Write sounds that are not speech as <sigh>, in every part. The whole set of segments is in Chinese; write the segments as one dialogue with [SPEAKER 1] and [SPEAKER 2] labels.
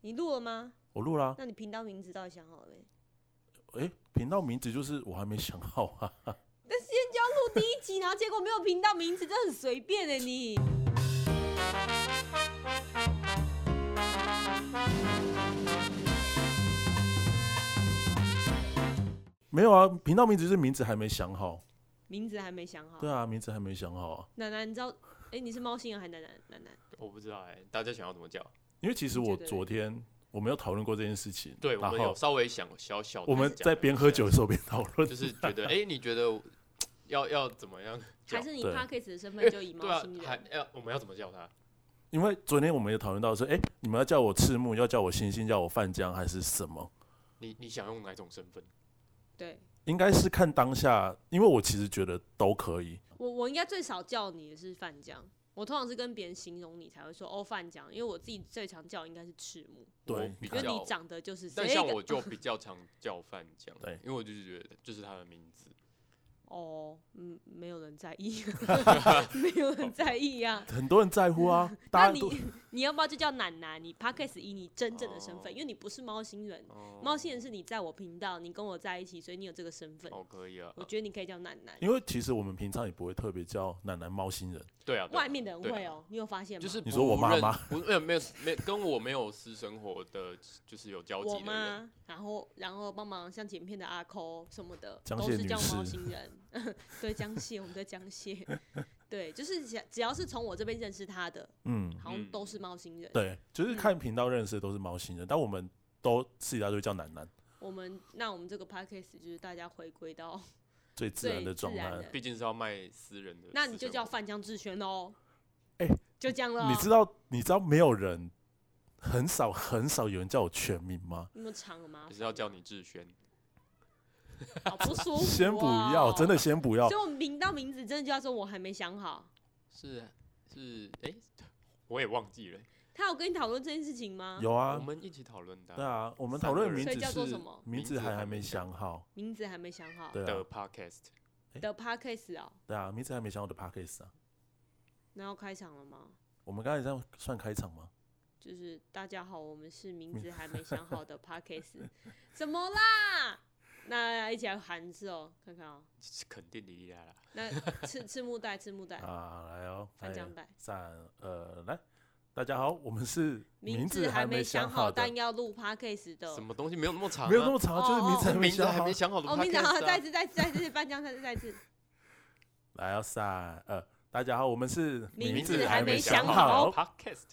[SPEAKER 1] 你录了吗？
[SPEAKER 2] 我录啦、
[SPEAKER 1] 那你频道名字到底想好了没？
[SPEAKER 2] 诶，频道名字就是我还没想好啊。
[SPEAKER 1] 但是今天就要录第一集，然后结果没有频道名字，这很随便哎、你。
[SPEAKER 2] 没有啊，频道名字就是名字还没想好。
[SPEAKER 1] 名字还没想好
[SPEAKER 2] 对。啊，名字还没想好啊。
[SPEAKER 1] 奶奶，你知道？哎、你是猫星人还是奶奶？奶奶，
[SPEAKER 3] 我不知道哎、大家想要怎么叫？
[SPEAKER 2] 因为其实
[SPEAKER 1] 你觉
[SPEAKER 2] 我
[SPEAKER 1] 得嘞
[SPEAKER 2] 昨天我们有讨论过这件事情，
[SPEAKER 3] 对，我
[SPEAKER 2] 然
[SPEAKER 3] 们有
[SPEAKER 2] 后
[SPEAKER 3] 稍微想小小的
[SPEAKER 2] 我们
[SPEAKER 3] 讲
[SPEAKER 2] 在
[SPEAKER 3] 了一
[SPEAKER 2] 边喝
[SPEAKER 3] 下
[SPEAKER 2] 酒的时候边讨论，
[SPEAKER 3] 就是觉
[SPEAKER 2] <laughs>
[SPEAKER 3] 得，哎、你觉得要要怎么样叫
[SPEAKER 1] 还？是你
[SPEAKER 2] 对
[SPEAKER 1] p a c k a s 的身份就
[SPEAKER 3] <laughs>
[SPEAKER 1] 以猫
[SPEAKER 3] 对啊
[SPEAKER 1] 星，人？
[SPEAKER 3] 还要我们要怎么叫他？
[SPEAKER 2] 因为昨天我们也讨论到说，诶，你们要叫我赤木，要叫我星星，要我范江还是什么？
[SPEAKER 3] 你你想用哪种身份？
[SPEAKER 1] 对
[SPEAKER 2] 应该是看当下，因为我其实觉得都可以。
[SPEAKER 1] 我我应该最少叫你的是范江，我通常是跟别人形容你才会说哦范江，因为我自己最常叫应该是赤木，
[SPEAKER 2] 对
[SPEAKER 3] 我比
[SPEAKER 2] 因
[SPEAKER 1] 因为你
[SPEAKER 3] 较，
[SPEAKER 1] 长得就是这
[SPEAKER 3] 但像
[SPEAKER 1] 个
[SPEAKER 3] 我就比较常叫范江，
[SPEAKER 2] 对
[SPEAKER 3] 因为我就是觉得就是他的名
[SPEAKER 1] <laughs>
[SPEAKER 3] 字，
[SPEAKER 1] 哦，嗯，没有人在
[SPEAKER 3] <laughs>
[SPEAKER 1] 意，没有人在意呀、啊。
[SPEAKER 2] 很多人在乎啊，
[SPEAKER 3] <laughs>
[SPEAKER 1] 那
[SPEAKER 2] 大家
[SPEAKER 1] 你
[SPEAKER 2] 都
[SPEAKER 1] <laughs> 你要不要就叫奶奶？你 p a c k a s 以你真正的身份，
[SPEAKER 3] 哦
[SPEAKER 1] 因为你不是猫星人，
[SPEAKER 3] 哦
[SPEAKER 1] 猫星人是你在我频道，你跟我在一起，所以你有这个身份。
[SPEAKER 3] 哦可以啊，
[SPEAKER 1] 我觉得你可以叫奶奶。
[SPEAKER 2] 因为其实我们平常也不会特别叫奶奶猫星人，
[SPEAKER 3] 对啊，对啊
[SPEAKER 1] 外面的人会哦、你有发现吗？
[SPEAKER 3] 就是
[SPEAKER 2] 你说我妈
[SPEAKER 3] 不认
[SPEAKER 2] 妈
[SPEAKER 3] 不没有没有没有跟我没有私生活的，就是有交
[SPEAKER 1] 我
[SPEAKER 3] 集的人，
[SPEAKER 1] 妈，然后然后帮忙像剪片的阿抠什么
[SPEAKER 2] <laughs>
[SPEAKER 1] 的，
[SPEAKER 2] 江
[SPEAKER 1] 都
[SPEAKER 2] 蟹
[SPEAKER 1] 是
[SPEAKER 2] 女
[SPEAKER 1] 叫猫
[SPEAKER 2] 士
[SPEAKER 1] 星人。 <laughs> 对，江蟹，我们的江
[SPEAKER 2] <laughs>
[SPEAKER 1] 蟹。对，就是只要只要是从我这边认识他的，
[SPEAKER 2] 嗯，
[SPEAKER 1] 好像
[SPEAKER 3] 嗯
[SPEAKER 1] 都是猫星人。
[SPEAKER 2] 对，
[SPEAKER 1] 嗯
[SPEAKER 2] 就是看频道认识的都是猫星人，但我们都私底下都会叫奶奶，
[SPEAKER 1] 我们那我们这个 podcast 就是大家回归到，
[SPEAKER 2] 最自然的
[SPEAKER 1] 最
[SPEAKER 2] 状
[SPEAKER 1] 自然
[SPEAKER 2] 态
[SPEAKER 1] 的。
[SPEAKER 3] 毕竟是要卖私人的私生活，
[SPEAKER 1] 那你就叫范江志轩喽。
[SPEAKER 2] 哎
[SPEAKER 1] 就这样喽。
[SPEAKER 2] 你知道你知道没有人，很少很少有人叫我全名吗？
[SPEAKER 1] 那么长了吗
[SPEAKER 3] 还？是要叫你志轩，
[SPEAKER 1] 好不舒服、哦。
[SPEAKER 2] <laughs> 先不要，真的。先不要
[SPEAKER 1] 所以，。我们频道名字真的就要说，我还没想好。
[SPEAKER 3] 是是哎、我也忘记了，
[SPEAKER 1] 他有跟你讨论这件事情吗？
[SPEAKER 2] 有啊
[SPEAKER 3] 我，们一起讨论的
[SPEAKER 2] 对啊，我们
[SPEAKER 3] 三
[SPEAKER 2] 讨论
[SPEAKER 3] 个
[SPEAKER 2] 名
[SPEAKER 1] 所
[SPEAKER 3] 人
[SPEAKER 1] 以
[SPEAKER 2] 字
[SPEAKER 1] 叫做
[SPEAKER 2] 是
[SPEAKER 1] 什么
[SPEAKER 2] 名字
[SPEAKER 3] 名字
[SPEAKER 2] 还
[SPEAKER 3] 还
[SPEAKER 2] 还没
[SPEAKER 3] 没
[SPEAKER 2] 想好，
[SPEAKER 1] 名字还没想好。
[SPEAKER 2] 对
[SPEAKER 3] 的
[SPEAKER 2] 啊，
[SPEAKER 3] podcast，
[SPEAKER 1] 的 podcast 哦，
[SPEAKER 2] 对啊，名字还没想好的 p a c k a g e 啊，
[SPEAKER 1] 那要开场了吗？
[SPEAKER 2] 我们刚才这样算开场吗？
[SPEAKER 1] 就是大家好，我们是名字还没想好的
[SPEAKER 2] <laughs>
[SPEAKER 1] podcast，怎么啦？那一起来喊字哦，看看哦。
[SPEAKER 3] 是肯定的啦啦，
[SPEAKER 2] <laughs>
[SPEAKER 1] 那赤赤木带，赤木带，
[SPEAKER 2] 啊，来哦，
[SPEAKER 1] 翻
[SPEAKER 2] 来
[SPEAKER 1] 江带。
[SPEAKER 2] 三呃，来，大家好，我们是
[SPEAKER 1] 名
[SPEAKER 2] 字
[SPEAKER 1] 字还
[SPEAKER 2] 没
[SPEAKER 1] 想
[SPEAKER 2] 好的，
[SPEAKER 1] 但要录 podcast 的。
[SPEAKER 3] 什么东西没有那么长、啊，
[SPEAKER 2] 没有那么长，就是
[SPEAKER 1] 哦
[SPEAKER 2] 名字
[SPEAKER 1] 哦
[SPEAKER 2] 还没
[SPEAKER 3] 名字
[SPEAKER 2] 想
[SPEAKER 3] 还
[SPEAKER 2] 好
[SPEAKER 3] 没。想好的 podcast
[SPEAKER 1] 哦，
[SPEAKER 3] 啊、
[SPEAKER 1] 名字好，再一次，再一次，再一次，翻江，再一次，再一次。
[SPEAKER 2] 来哦，三呃，大家好，我们是
[SPEAKER 1] 名
[SPEAKER 3] 名
[SPEAKER 1] 字
[SPEAKER 3] 字
[SPEAKER 1] 还没
[SPEAKER 2] 没
[SPEAKER 1] 想哦
[SPEAKER 2] 好。
[SPEAKER 3] podcast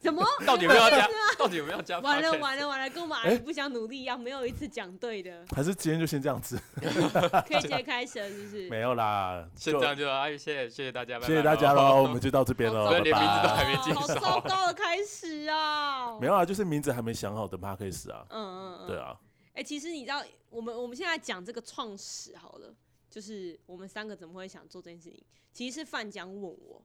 [SPEAKER 1] 怎么？
[SPEAKER 3] 到底有没有要加？到底有没有要
[SPEAKER 1] <laughs>
[SPEAKER 3] 加？
[SPEAKER 1] 完了完了，完了，跟我们阿姨
[SPEAKER 2] 哎
[SPEAKER 1] 不想努力一样，没有一次讲对
[SPEAKER 3] <laughs>
[SPEAKER 1] 的，
[SPEAKER 2] 还是今天就先这样子，
[SPEAKER 1] 可以直接开始了，是不是？
[SPEAKER 2] 没有啦，
[SPEAKER 3] 先
[SPEAKER 2] 就
[SPEAKER 3] 这样就哎，谢谢谢谢大家，拜
[SPEAKER 2] 谢谢
[SPEAKER 3] 拜哦
[SPEAKER 2] 大家喽，
[SPEAKER 3] 咯
[SPEAKER 2] 我们就到这边喽，
[SPEAKER 1] 好
[SPEAKER 2] 拜
[SPEAKER 1] 糟
[SPEAKER 3] 连名字都
[SPEAKER 2] 拜。
[SPEAKER 3] 还没介
[SPEAKER 1] 哦
[SPEAKER 3] 绍
[SPEAKER 1] 好糟糕的开始啊！
[SPEAKER 3] <laughs>
[SPEAKER 2] 没有啊，就是名字还没想好的 p a c k a g e 啊，
[SPEAKER 1] 嗯嗯嗯，
[SPEAKER 2] 对。啊，
[SPEAKER 1] 哎、其实你知道，我们我们现在讲这个创始好了，就是我们三个怎么会想做这件事情？其实是范江问我，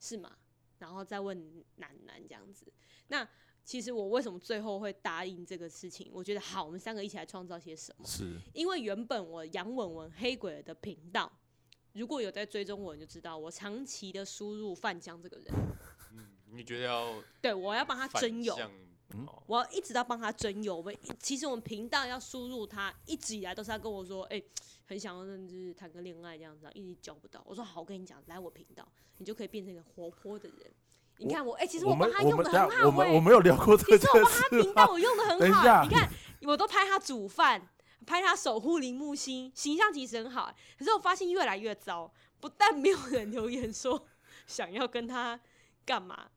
[SPEAKER 1] 是吗？然后再问楠楠这样子。那其实我为什么最后会答应这个事情？我觉得好，我们三个一起来创造些什么？
[SPEAKER 2] 是
[SPEAKER 1] 因为原本我杨文文黑鬼儿的频道，如果有在追踪我，你就知道我长期的输入范江这个人，
[SPEAKER 3] 嗯你觉得要
[SPEAKER 1] 对我要帮他
[SPEAKER 3] 反
[SPEAKER 1] 征友。
[SPEAKER 3] 向？
[SPEAKER 2] 嗯
[SPEAKER 3] 哦
[SPEAKER 1] 我要一直到帮他征友。我们其实我们频道要输入他，一直以来都是他跟我说，哎、很想要认知谈个恋爱这样子，一直交不到。我说好，我跟你讲，来我频道，你就可以变成一个活泼的人。你看我，哎、其实
[SPEAKER 2] 我
[SPEAKER 1] 帮
[SPEAKER 2] 们
[SPEAKER 1] 他
[SPEAKER 2] 我
[SPEAKER 1] 用
[SPEAKER 2] 们
[SPEAKER 1] 的
[SPEAKER 2] 等
[SPEAKER 1] 很
[SPEAKER 2] 下我
[SPEAKER 1] 好、
[SPEAKER 2] 们我
[SPEAKER 1] 欸，
[SPEAKER 2] 们有聊过这
[SPEAKER 1] 其实
[SPEAKER 2] 件
[SPEAKER 1] 我帮他
[SPEAKER 2] 事 <laughs>
[SPEAKER 1] 频
[SPEAKER 2] 吗
[SPEAKER 1] 道？我用的
[SPEAKER 2] 等
[SPEAKER 1] 很
[SPEAKER 2] 一
[SPEAKER 1] 好、
[SPEAKER 2] 下
[SPEAKER 1] 你看，我都拍他煮饭，拍他守护铃木星，形象其实很好、可是我发现越来越糟，不但没有人留言说想要跟他干嘛，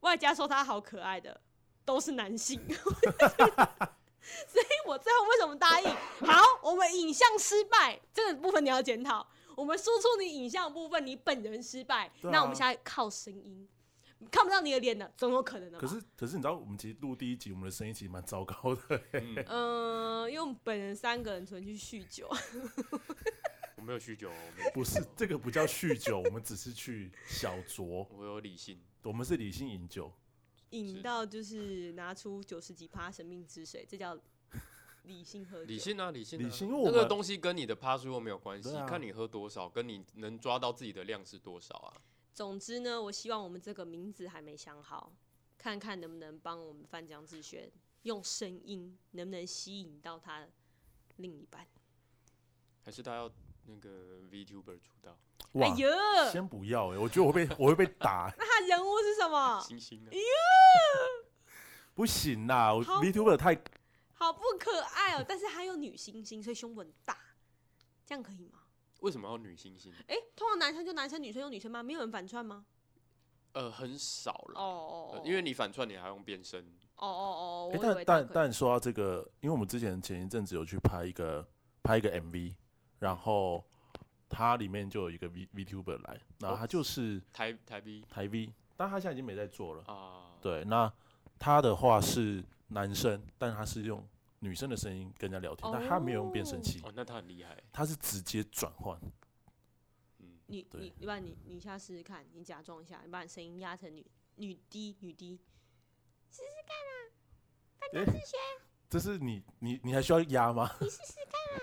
[SPEAKER 1] 外加说他好可爱的，都是男性。 <laughs> 所以我最后为什么答应？好，我们影像失败这个部分你要检讨，我们输出你影像的部分你本人失败，
[SPEAKER 2] 对啊
[SPEAKER 1] 那我们现在靠声音，看不到你的脸了，总有可能的嘛。
[SPEAKER 2] 可是可是你知道，我们其实录第一集，我们的声音其实蛮糟糕的。 <laughs>
[SPEAKER 3] 嗯，
[SPEAKER 1] 嗯、因为我们本人三个人纯去酗
[SPEAKER 3] <laughs>
[SPEAKER 1] 酒，
[SPEAKER 3] 我没有酗酒，我没有酗酒
[SPEAKER 2] 不是，这个不叫酗酒，我们只是去小酌，
[SPEAKER 3] 我有理性，
[SPEAKER 2] 我们是理性饮酒。
[SPEAKER 1] 饮到就是拿出九十几趴生命之水，这叫理性喝酒。
[SPEAKER 3] 理性啊，理性啊，
[SPEAKER 2] 理性因为我
[SPEAKER 3] 那个
[SPEAKER 2] 们
[SPEAKER 3] 东西跟你的趴数又没有关系
[SPEAKER 2] 对啊，
[SPEAKER 3] 看你喝多少，跟你能抓到自己的量是多少啊。
[SPEAKER 1] 总之呢，我希望我们这个名字还没想好，看看能不能帮我们范江志轩用声音，能不能吸引到他的另一半？
[SPEAKER 3] 还是他要那个 VTuber 出道？
[SPEAKER 1] 哎
[SPEAKER 2] 哇，
[SPEAKER 1] 呦，
[SPEAKER 2] 先不要哎、我觉得我会被我会被打，
[SPEAKER 1] 那他人物是什么？
[SPEAKER 3] 星星啊，
[SPEAKER 2] 不行啦，我
[SPEAKER 1] 好
[SPEAKER 2] VTuber 太
[SPEAKER 1] 好不可爱哦！但是他有女星星，所以胸部很大，这样可以吗？
[SPEAKER 3] 为什么要女星星？
[SPEAKER 1] 哎、通常男生就男生，女生用女生吗？没有人反串吗？
[SPEAKER 3] 呃，很少
[SPEAKER 1] 哦
[SPEAKER 3] 了、
[SPEAKER 1] 哦
[SPEAKER 3] 呃
[SPEAKER 1] 哦，
[SPEAKER 3] 因为你反串你还用变身，
[SPEAKER 1] 哦哦哦，我
[SPEAKER 2] 哎、
[SPEAKER 1] 以
[SPEAKER 2] 但
[SPEAKER 1] 为他
[SPEAKER 2] 但
[SPEAKER 1] 可以
[SPEAKER 2] 但说到这个，因为我们之前前一阵子有去拍一个拍一个 MV，然后它里面就有一个 V VTuber 来，然
[SPEAKER 1] 哦
[SPEAKER 2] 后他就是
[SPEAKER 3] 台台 B
[SPEAKER 2] 台 V，但他现在已经没在做了。
[SPEAKER 3] 啊，
[SPEAKER 2] 对，那他的话是男生，但他是用女生的声音跟人家聊天，但他没有用变声器，
[SPEAKER 3] 哦，那他很厉害，
[SPEAKER 2] 他是直接转换。
[SPEAKER 3] 嗯，
[SPEAKER 1] 你
[SPEAKER 2] 对
[SPEAKER 1] 你你把你你下试试看，你假装一下，你把你声音压成女女低女低，
[SPEAKER 2] 这是你你你还需要压吗？ <laughs> 你试试看啊！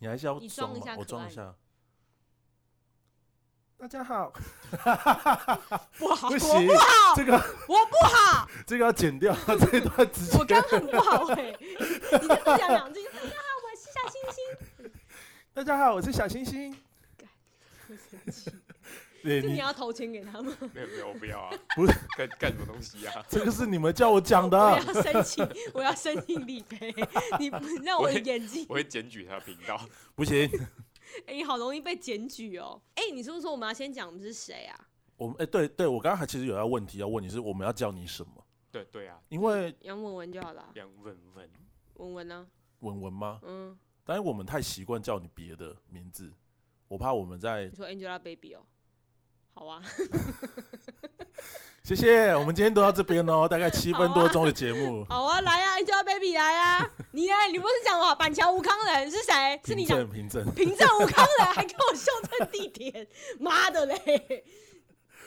[SPEAKER 2] 你还是要
[SPEAKER 1] 你装
[SPEAKER 2] 装
[SPEAKER 1] 一
[SPEAKER 2] 吗
[SPEAKER 1] 下
[SPEAKER 2] 我
[SPEAKER 1] 可
[SPEAKER 2] 装
[SPEAKER 1] 爱
[SPEAKER 2] 一下。大家好，
[SPEAKER 1] 不好，
[SPEAKER 2] 不
[SPEAKER 1] 我
[SPEAKER 2] 行
[SPEAKER 1] 不好，
[SPEAKER 2] 这个
[SPEAKER 1] 我不好，
[SPEAKER 2] <laughs> 这个要剪
[SPEAKER 1] <laughs>
[SPEAKER 2] 掉，这一段直接
[SPEAKER 1] 我刚很不好哎、你就讲两
[SPEAKER 2] <laughs>
[SPEAKER 1] 句，啊，我是小星星，
[SPEAKER 2] 大家好，我是小
[SPEAKER 1] <laughs>
[SPEAKER 2] 星星。
[SPEAKER 1] 很生气，
[SPEAKER 2] 对
[SPEAKER 1] 就你啊
[SPEAKER 2] 你，
[SPEAKER 1] 要投钱给他们，
[SPEAKER 3] 没有没有，我不要啊，
[SPEAKER 2] <laughs> 不是
[SPEAKER 3] 干干什么东西啊？
[SPEAKER 2] 这个是你们叫我讲的
[SPEAKER 1] 我
[SPEAKER 2] 啊
[SPEAKER 1] 要，申请，我要申请理赔，你不让我的眼睛
[SPEAKER 3] 我会检举他的频
[SPEAKER 2] <laughs>
[SPEAKER 3] 道，
[SPEAKER 2] 不行。
[SPEAKER 1] 哎、你好容易被检举哦！哎、你是不是说我们要先讲我们是谁啊？
[SPEAKER 2] 我们哎、对对，我刚刚还其实有要问题要问你是我们要叫你什么？
[SPEAKER 3] 对对啊，
[SPEAKER 2] 因为
[SPEAKER 1] 杨文文就好了啊，
[SPEAKER 3] 梁文文，
[SPEAKER 1] 文文呢、
[SPEAKER 2] 文文吗？
[SPEAKER 1] 嗯，
[SPEAKER 2] 但是我们太习惯叫你别的名字，我怕我
[SPEAKER 1] <laughs>
[SPEAKER 2] 们在
[SPEAKER 1] 你说 Angelababy 哦，好啊，
[SPEAKER 2] 谢谢。我们今天都到这边哦，大概七分
[SPEAKER 1] 好
[SPEAKER 2] 多
[SPEAKER 1] 啊
[SPEAKER 2] 钟的节 <laughs> 目。
[SPEAKER 1] 好啊，来啊，Angelababy 来啊！你呢？你不是讲我板桥吴康人是谁？是你
[SPEAKER 2] 凭
[SPEAKER 1] 讲
[SPEAKER 2] 证凭证，
[SPEAKER 1] 凭证吴康人，还给我修正地点，妈的嘞！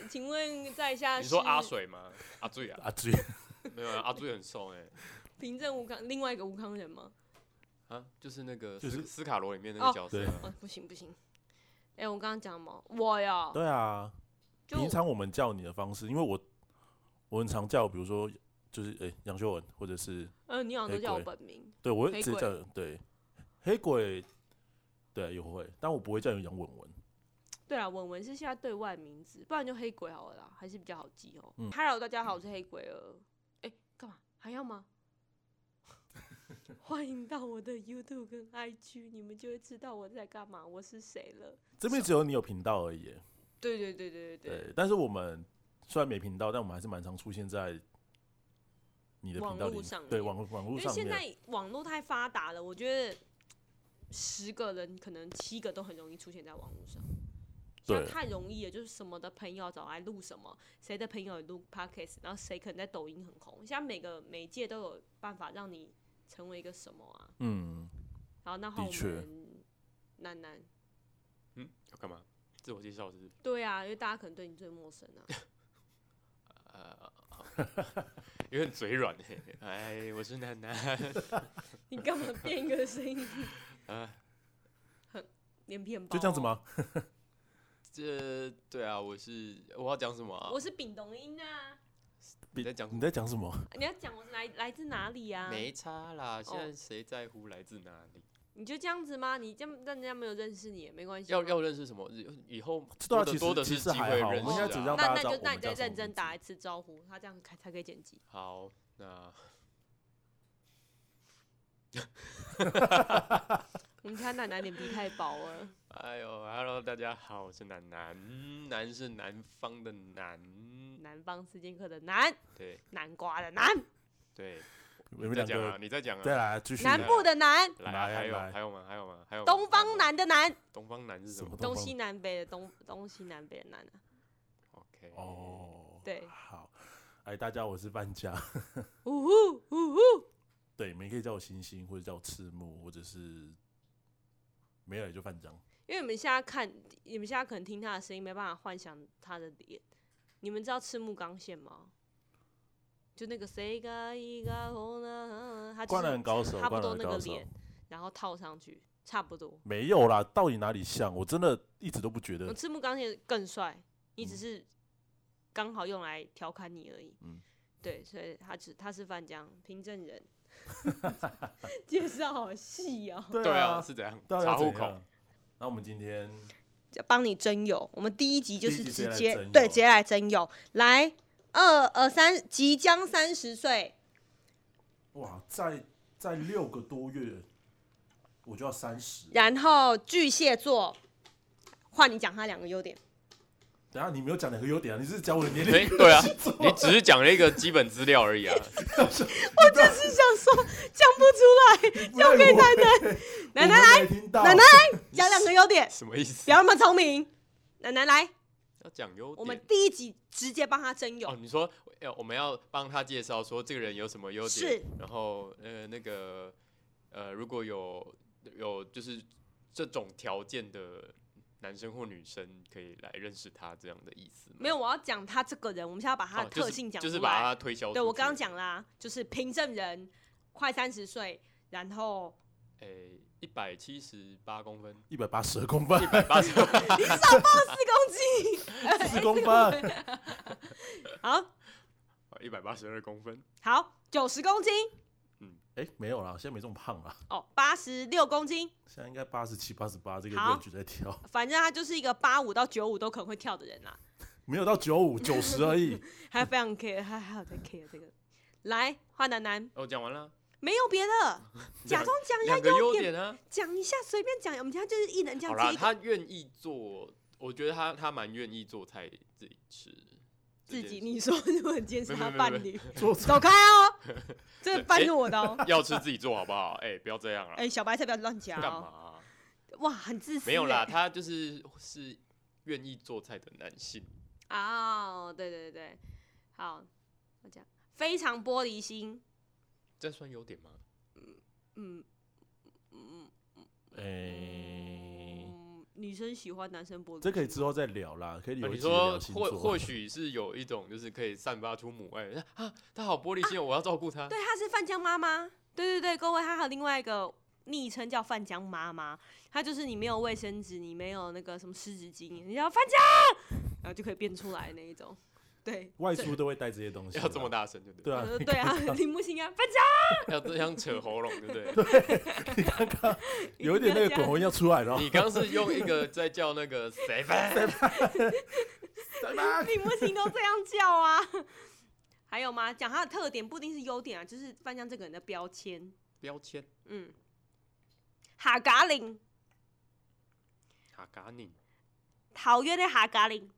[SPEAKER 1] 请问在下
[SPEAKER 3] 你
[SPEAKER 1] 是
[SPEAKER 3] 说阿水吗？阿醉啊，
[SPEAKER 2] 阿追
[SPEAKER 3] 没有啊，阿醉很瘦哎、
[SPEAKER 1] 凭证吴康另外一个吴康人吗？
[SPEAKER 3] 啊，就是那个
[SPEAKER 2] 就是
[SPEAKER 3] 斯斯卡罗里面那个
[SPEAKER 1] 哦
[SPEAKER 3] 角色
[SPEAKER 2] 对
[SPEAKER 3] 啊、
[SPEAKER 1] 哦，不行不行，哎、我刚刚讲什么？我呀，
[SPEAKER 2] 对啊，
[SPEAKER 1] <laughs> 就
[SPEAKER 2] 平常我们叫你的方式，因为我我很常叫，比如说就是哎杨、秀文，或者是
[SPEAKER 1] 嗯、你好像都叫我
[SPEAKER 2] 黑鬼
[SPEAKER 1] 本名，
[SPEAKER 2] 对我
[SPEAKER 1] 黑
[SPEAKER 2] 会直接
[SPEAKER 1] 鬼
[SPEAKER 2] 叫对黑鬼，对也会，但我不会叫你杨文文。
[SPEAKER 1] 对啊，文文是现在对外名字，不然就黑鬼好了啦，还是比较好记哦。
[SPEAKER 2] 嗯
[SPEAKER 1] Hello，大家好，我是黑鬼儿。哎、干嘛还要吗？ <laughs> 欢迎到我的 YouTube 跟 IG，你们就会知道我在干嘛，我是谁了。
[SPEAKER 2] 这边只有你有频道而已耶。
[SPEAKER 1] 对对对对对
[SPEAKER 2] 对，但是我们虽然没频道，但我们还是蛮常出现在你的频道
[SPEAKER 1] 网
[SPEAKER 2] 里
[SPEAKER 1] 络
[SPEAKER 2] 面
[SPEAKER 1] 上，
[SPEAKER 2] 对
[SPEAKER 1] 面
[SPEAKER 2] 网络网络
[SPEAKER 1] 因为
[SPEAKER 2] 上
[SPEAKER 1] 现
[SPEAKER 2] 面。
[SPEAKER 1] 在网络太发达了，我觉得十个人可能七个都很容易出现在网络上。现在
[SPEAKER 2] 对
[SPEAKER 1] 太容易了，就是什么的朋友找来录什么，谁的朋友也录 podcast，然后谁可能在抖音很红。现在每个媒介都有办法让你成为一个什么啊。
[SPEAKER 2] 嗯，
[SPEAKER 1] 然后那后
[SPEAKER 2] 的确
[SPEAKER 1] 面楠楠，
[SPEAKER 3] 嗯，要干嘛？自我介绍是不是 <laughs>
[SPEAKER 1] 对啊，因为大家可能对你最陌生啊。 <laughs>
[SPEAKER 3] 呃，好有点嘴软哎、哎，我是楠楠，
[SPEAKER 1] 你干嘛变一个声
[SPEAKER 2] <laughs>
[SPEAKER 1] 音？
[SPEAKER 3] 啊，
[SPEAKER 1] 脸皮很薄、
[SPEAKER 2] 哎就这样子？吗？
[SPEAKER 3] 这对啊，我是我要讲什么啊？
[SPEAKER 1] 哦我是丙董音啊，
[SPEAKER 3] 你在
[SPEAKER 1] 哦
[SPEAKER 3] 讲什
[SPEAKER 2] 你
[SPEAKER 3] 么？
[SPEAKER 2] 在讲什么？
[SPEAKER 1] 你要讲我来来自哪里啊？
[SPEAKER 3] 没差啦，现在谁在乎来自哪里？
[SPEAKER 1] 你就这样子吗？你这样让人家没有认识你也没关系吗。啊
[SPEAKER 3] 要要认识什么？以以后
[SPEAKER 2] 这
[SPEAKER 3] 多
[SPEAKER 2] 段
[SPEAKER 3] 的
[SPEAKER 2] 其
[SPEAKER 3] 多的
[SPEAKER 2] 实
[SPEAKER 3] 是
[SPEAKER 2] 其
[SPEAKER 3] 机
[SPEAKER 2] 实还
[SPEAKER 3] 会
[SPEAKER 2] 好，我
[SPEAKER 3] 认
[SPEAKER 2] 们
[SPEAKER 1] 哦
[SPEAKER 2] 现在
[SPEAKER 3] 识
[SPEAKER 2] 只是
[SPEAKER 3] 啊
[SPEAKER 2] 让。
[SPEAKER 1] 那
[SPEAKER 2] 大
[SPEAKER 1] 那
[SPEAKER 2] 家知
[SPEAKER 1] 就
[SPEAKER 2] 道我
[SPEAKER 1] 那
[SPEAKER 2] 们
[SPEAKER 1] 你再
[SPEAKER 2] 叫什
[SPEAKER 1] 认
[SPEAKER 2] 么
[SPEAKER 1] 真
[SPEAKER 2] 名字。
[SPEAKER 1] 打一次招呼，他这样才才可以剪辑。
[SPEAKER 3] 好，那
[SPEAKER 1] 我们家奶奶脸皮太薄了，
[SPEAKER 3] 哎呦，Hello，大家好，我是楠楠，楠是南方的南，
[SPEAKER 1] 南方四剑客的南，
[SPEAKER 3] 对
[SPEAKER 1] 南瓜的南，
[SPEAKER 3] 对，
[SPEAKER 2] 你们
[SPEAKER 3] 再
[SPEAKER 2] 两
[SPEAKER 3] 讲啊，
[SPEAKER 2] 个
[SPEAKER 3] 你再讲啊，
[SPEAKER 2] 再来继续
[SPEAKER 1] 南部的南，
[SPEAKER 3] 来
[SPEAKER 2] 来
[SPEAKER 3] 啊，
[SPEAKER 2] 啊
[SPEAKER 3] 还有
[SPEAKER 2] 来
[SPEAKER 3] 还有吗？还有吗？还有吗
[SPEAKER 1] 东方，南的南，
[SPEAKER 3] 东方南是什
[SPEAKER 2] 什么
[SPEAKER 3] 么
[SPEAKER 2] 哦东
[SPEAKER 1] 东
[SPEAKER 2] 方
[SPEAKER 1] 西南北的东，东西南北的南啊。
[SPEAKER 3] ？OK，
[SPEAKER 2] 哦，
[SPEAKER 1] 对
[SPEAKER 2] 好，哎，大家，我是范家，
[SPEAKER 1] 呜呼呜呼，
[SPEAKER 2] 对，你们可以叫我星星，或者叫我赤木，或者是没有也就范江。
[SPEAKER 1] 因为你们现在看，你们现在可能听他的声音，没办法幻想他的脸。你们知道赤木刚宪吗？就那个谁嘎一嘎红啊，他就
[SPEAKER 2] 灌
[SPEAKER 1] 是
[SPEAKER 2] 篮高手，
[SPEAKER 1] 差不
[SPEAKER 2] 灌
[SPEAKER 1] 多
[SPEAKER 2] 篮
[SPEAKER 1] 那个
[SPEAKER 2] 高手，
[SPEAKER 1] 脸，然后套上去，差不多。
[SPEAKER 2] 没有啦，到底哪里像？我真的一直都不觉
[SPEAKER 1] 我
[SPEAKER 2] 得。
[SPEAKER 1] 赤木刚宪更帅，你只
[SPEAKER 2] 嗯
[SPEAKER 1] 是刚好用来调侃你而已。
[SPEAKER 2] 嗯
[SPEAKER 1] 对，所以他只他是范江凭证人， <laughs> 介绍好细哦、
[SPEAKER 2] 对
[SPEAKER 3] 对
[SPEAKER 2] 啊
[SPEAKER 3] 啊，，是怎样？
[SPEAKER 2] 到底
[SPEAKER 3] 查
[SPEAKER 2] 要
[SPEAKER 3] 户
[SPEAKER 2] 怎
[SPEAKER 3] 口
[SPEAKER 2] 样？那我们今天
[SPEAKER 1] 帮你征友。我们第一集就
[SPEAKER 2] 第
[SPEAKER 1] 是
[SPEAKER 2] 一集
[SPEAKER 1] 直
[SPEAKER 2] 直接
[SPEAKER 1] 接
[SPEAKER 2] 来征友
[SPEAKER 1] 对直接来征友，来二呃三即将三十岁，
[SPEAKER 2] 哇，在在六个多月我就要三十，等
[SPEAKER 1] 然后巨蟹座，换你讲他两个优点。
[SPEAKER 2] 一下你没有讲哪个优点啊？你是讲我的年
[SPEAKER 3] 哎
[SPEAKER 2] 龄？， <laughs>
[SPEAKER 3] 对啊，你只 <laughs> 是讲了一个基本资料而已啊。
[SPEAKER 1] 我就是想说讲不出来，
[SPEAKER 2] 交给奶
[SPEAKER 1] 奶奶
[SPEAKER 2] <laughs> 奶，奶奶，听到
[SPEAKER 1] 奶奶讲两个优点，
[SPEAKER 3] <laughs> 什么意思
[SPEAKER 1] 不？要那么聪明。奶奶来，
[SPEAKER 3] 要讲优点。
[SPEAKER 1] 我们第一集直接帮他征
[SPEAKER 3] 哦，
[SPEAKER 1] 友，
[SPEAKER 3] 你说要我们要帮他介绍说这个人有什么优
[SPEAKER 1] 是
[SPEAKER 3] 点，然后呃那个呃如果有有就是这种条件的男生或女生可以来认识他这样的意思吗？
[SPEAKER 1] 没有，我要讲他这个人，我们现在要把他
[SPEAKER 3] 哦
[SPEAKER 1] 的
[SPEAKER 3] 就是
[SPEAKER 1] 特性讲出
[SPEAKER 3] 就
[SPEAKER 1] 来。
[SPEAKER 3] 是把他哦推销。
[SPEAKER 1] 对我刚刚，讲啦，就是凭证人，快三十岁，然后
[SPEAKER 3] 诶，哎一百七十八公分，
[SPEAKER 2] 一百八十公
[SPEAKER 1] <laughs>
[SPEAKER 2] 分，
[SPEAKER 3] 一百八 <laughs> 十，
[SPEAKER 1] 你少报四公
[SPEAKER 3] <laughs>
[SPEAKER 1] 斤，
[SPEAKER 2] 四公分，
[SPEAKER 1] 好
[SPEAKER 3] 哦一百八十二公分，
[SPEAKER 1] 好九十公斤
[SPEAKER 2] 哎，没有啦，现在没这么胖啦，
[SPEAKER 1] 哦，八十六公斤，
[SPEAKER 2] 现在应该八十七、八十八这个
[SPEAKER 1] 好
[SPEAKER 2] range 在跳，
[SPEAKER 1] 反正他就是一个八五到九五都可能会跳的人啦。
[SPEAKER 2] 没有到九五、九十而已。
[SPEAKER 1] 还非常 care，还还有在 care 这个。来，换楠楠，
[SPEAKER 3] 哦，讲完了，
[SPEAKER 1] 没有别的，假装讲一下
[SPEAKER 3] 两个优
[SPEAKER 1] 优点，
[SPEAKER 3] 点啊。
[SPEAKER 1] 讲一下，随便讲。我们家就是一人这
[SPEAKER 3] 好
[SPEAKER 1] 样
[SPEAKER 3] 啦，
[SPEAKER 1] 接一个，
[SPEAKER 3] 他愿意做，我觉得他他蛮愿意做菜自己吃。这
[SPEAKER 1] 自
[SPEAKER 3] 件
[SPEAKER 1] 己
[SPEAKER 3] 事
[SPEAKER 1] 你说， <laughs> 如果你今天是他伴
[SPEAKER 3] 没 <laughs> 哎
[SPEAKER 1] 侣，
[SPEAKER 2] 做
[SPEAKER 1] 走开哦，这是搬怒我的哦。
[SPEAKER 3] 要吃自己做好不好？哎、不要这样啊！
[SPEAKER 1] 哎，小白菜不要乱夹
[SPEAKER 3] 干嘛
[SPEAKER 1] 哦。
[SPEAKER 3] 啊、
[SPEAKER 1] 哇，很自私欸。
[SPEAKER 3] 没有啦，他就是是愿意做菜的男性。
[SPEAKER 1] 哦，对对对对，好，我讲非常玻璃心，
[SPEAKER 3] 这算优点吗？
[SPEAKER 1] 嗯嗯
[SPEAKER 2] 哎，
[SPEAKER 1] 嗯，女生喜欢男生玻璃，
[SPEAKER 2] 这可以之后再聊啦，可以
[SPEAKER 3] 啊
[SPEAKER 2] 有一
[SPEAKER 3] 你
[SPEAKER 2] 集聊
[SPEAKER 3] 说
[SPEAKER 2] 星
[SPEAKER 3] 或
[SPEAKER 2] 座。
[SPEAKER 3] 或许是有一种就是可以散发出母爱啊，他好玻璃心，哦，我要照顾他。
[SPEAKER 1] 对，她是范江妈妈。对对对，各位，她还有另外一个昵称叫范江妈妈。她就是你没有卫生纸，你没有那个什么湿纸巾，你叫范江，然后就可以变出来那一种。对，
[SPEAKER 2] 外出都会带这些东西啦，
[SPEAKER 3] 要这么大声，对不对？
[SPEAKER 2] 对啊
[SPEAKER 1] 我，说对啊，
[SPEAKER 3] <laughs>
[SPEAKER 1] 铃木欣啊，范江
[SPEAKER 3] 要这样扯喉咙，对不对？
[SPEAKER 2] 有一点那个滚红要出来了。
[SPEAKER 3] 你刚是用一个在叫那个谁吧？
[SPEAKER 2] 拜拜
[SPEAKER 1] 铃木欣都这样叫啊。还有吗？讲她的特点不一定是优点啊，就是范江这个人的标签。
[SPEAKER 3] 标签
[SPEAKER 1] 嗯，哈嘎林，
[SPEAKER 3] 哈嘎宁，
[SPEAKER 1] 讨厌的哈嘎林，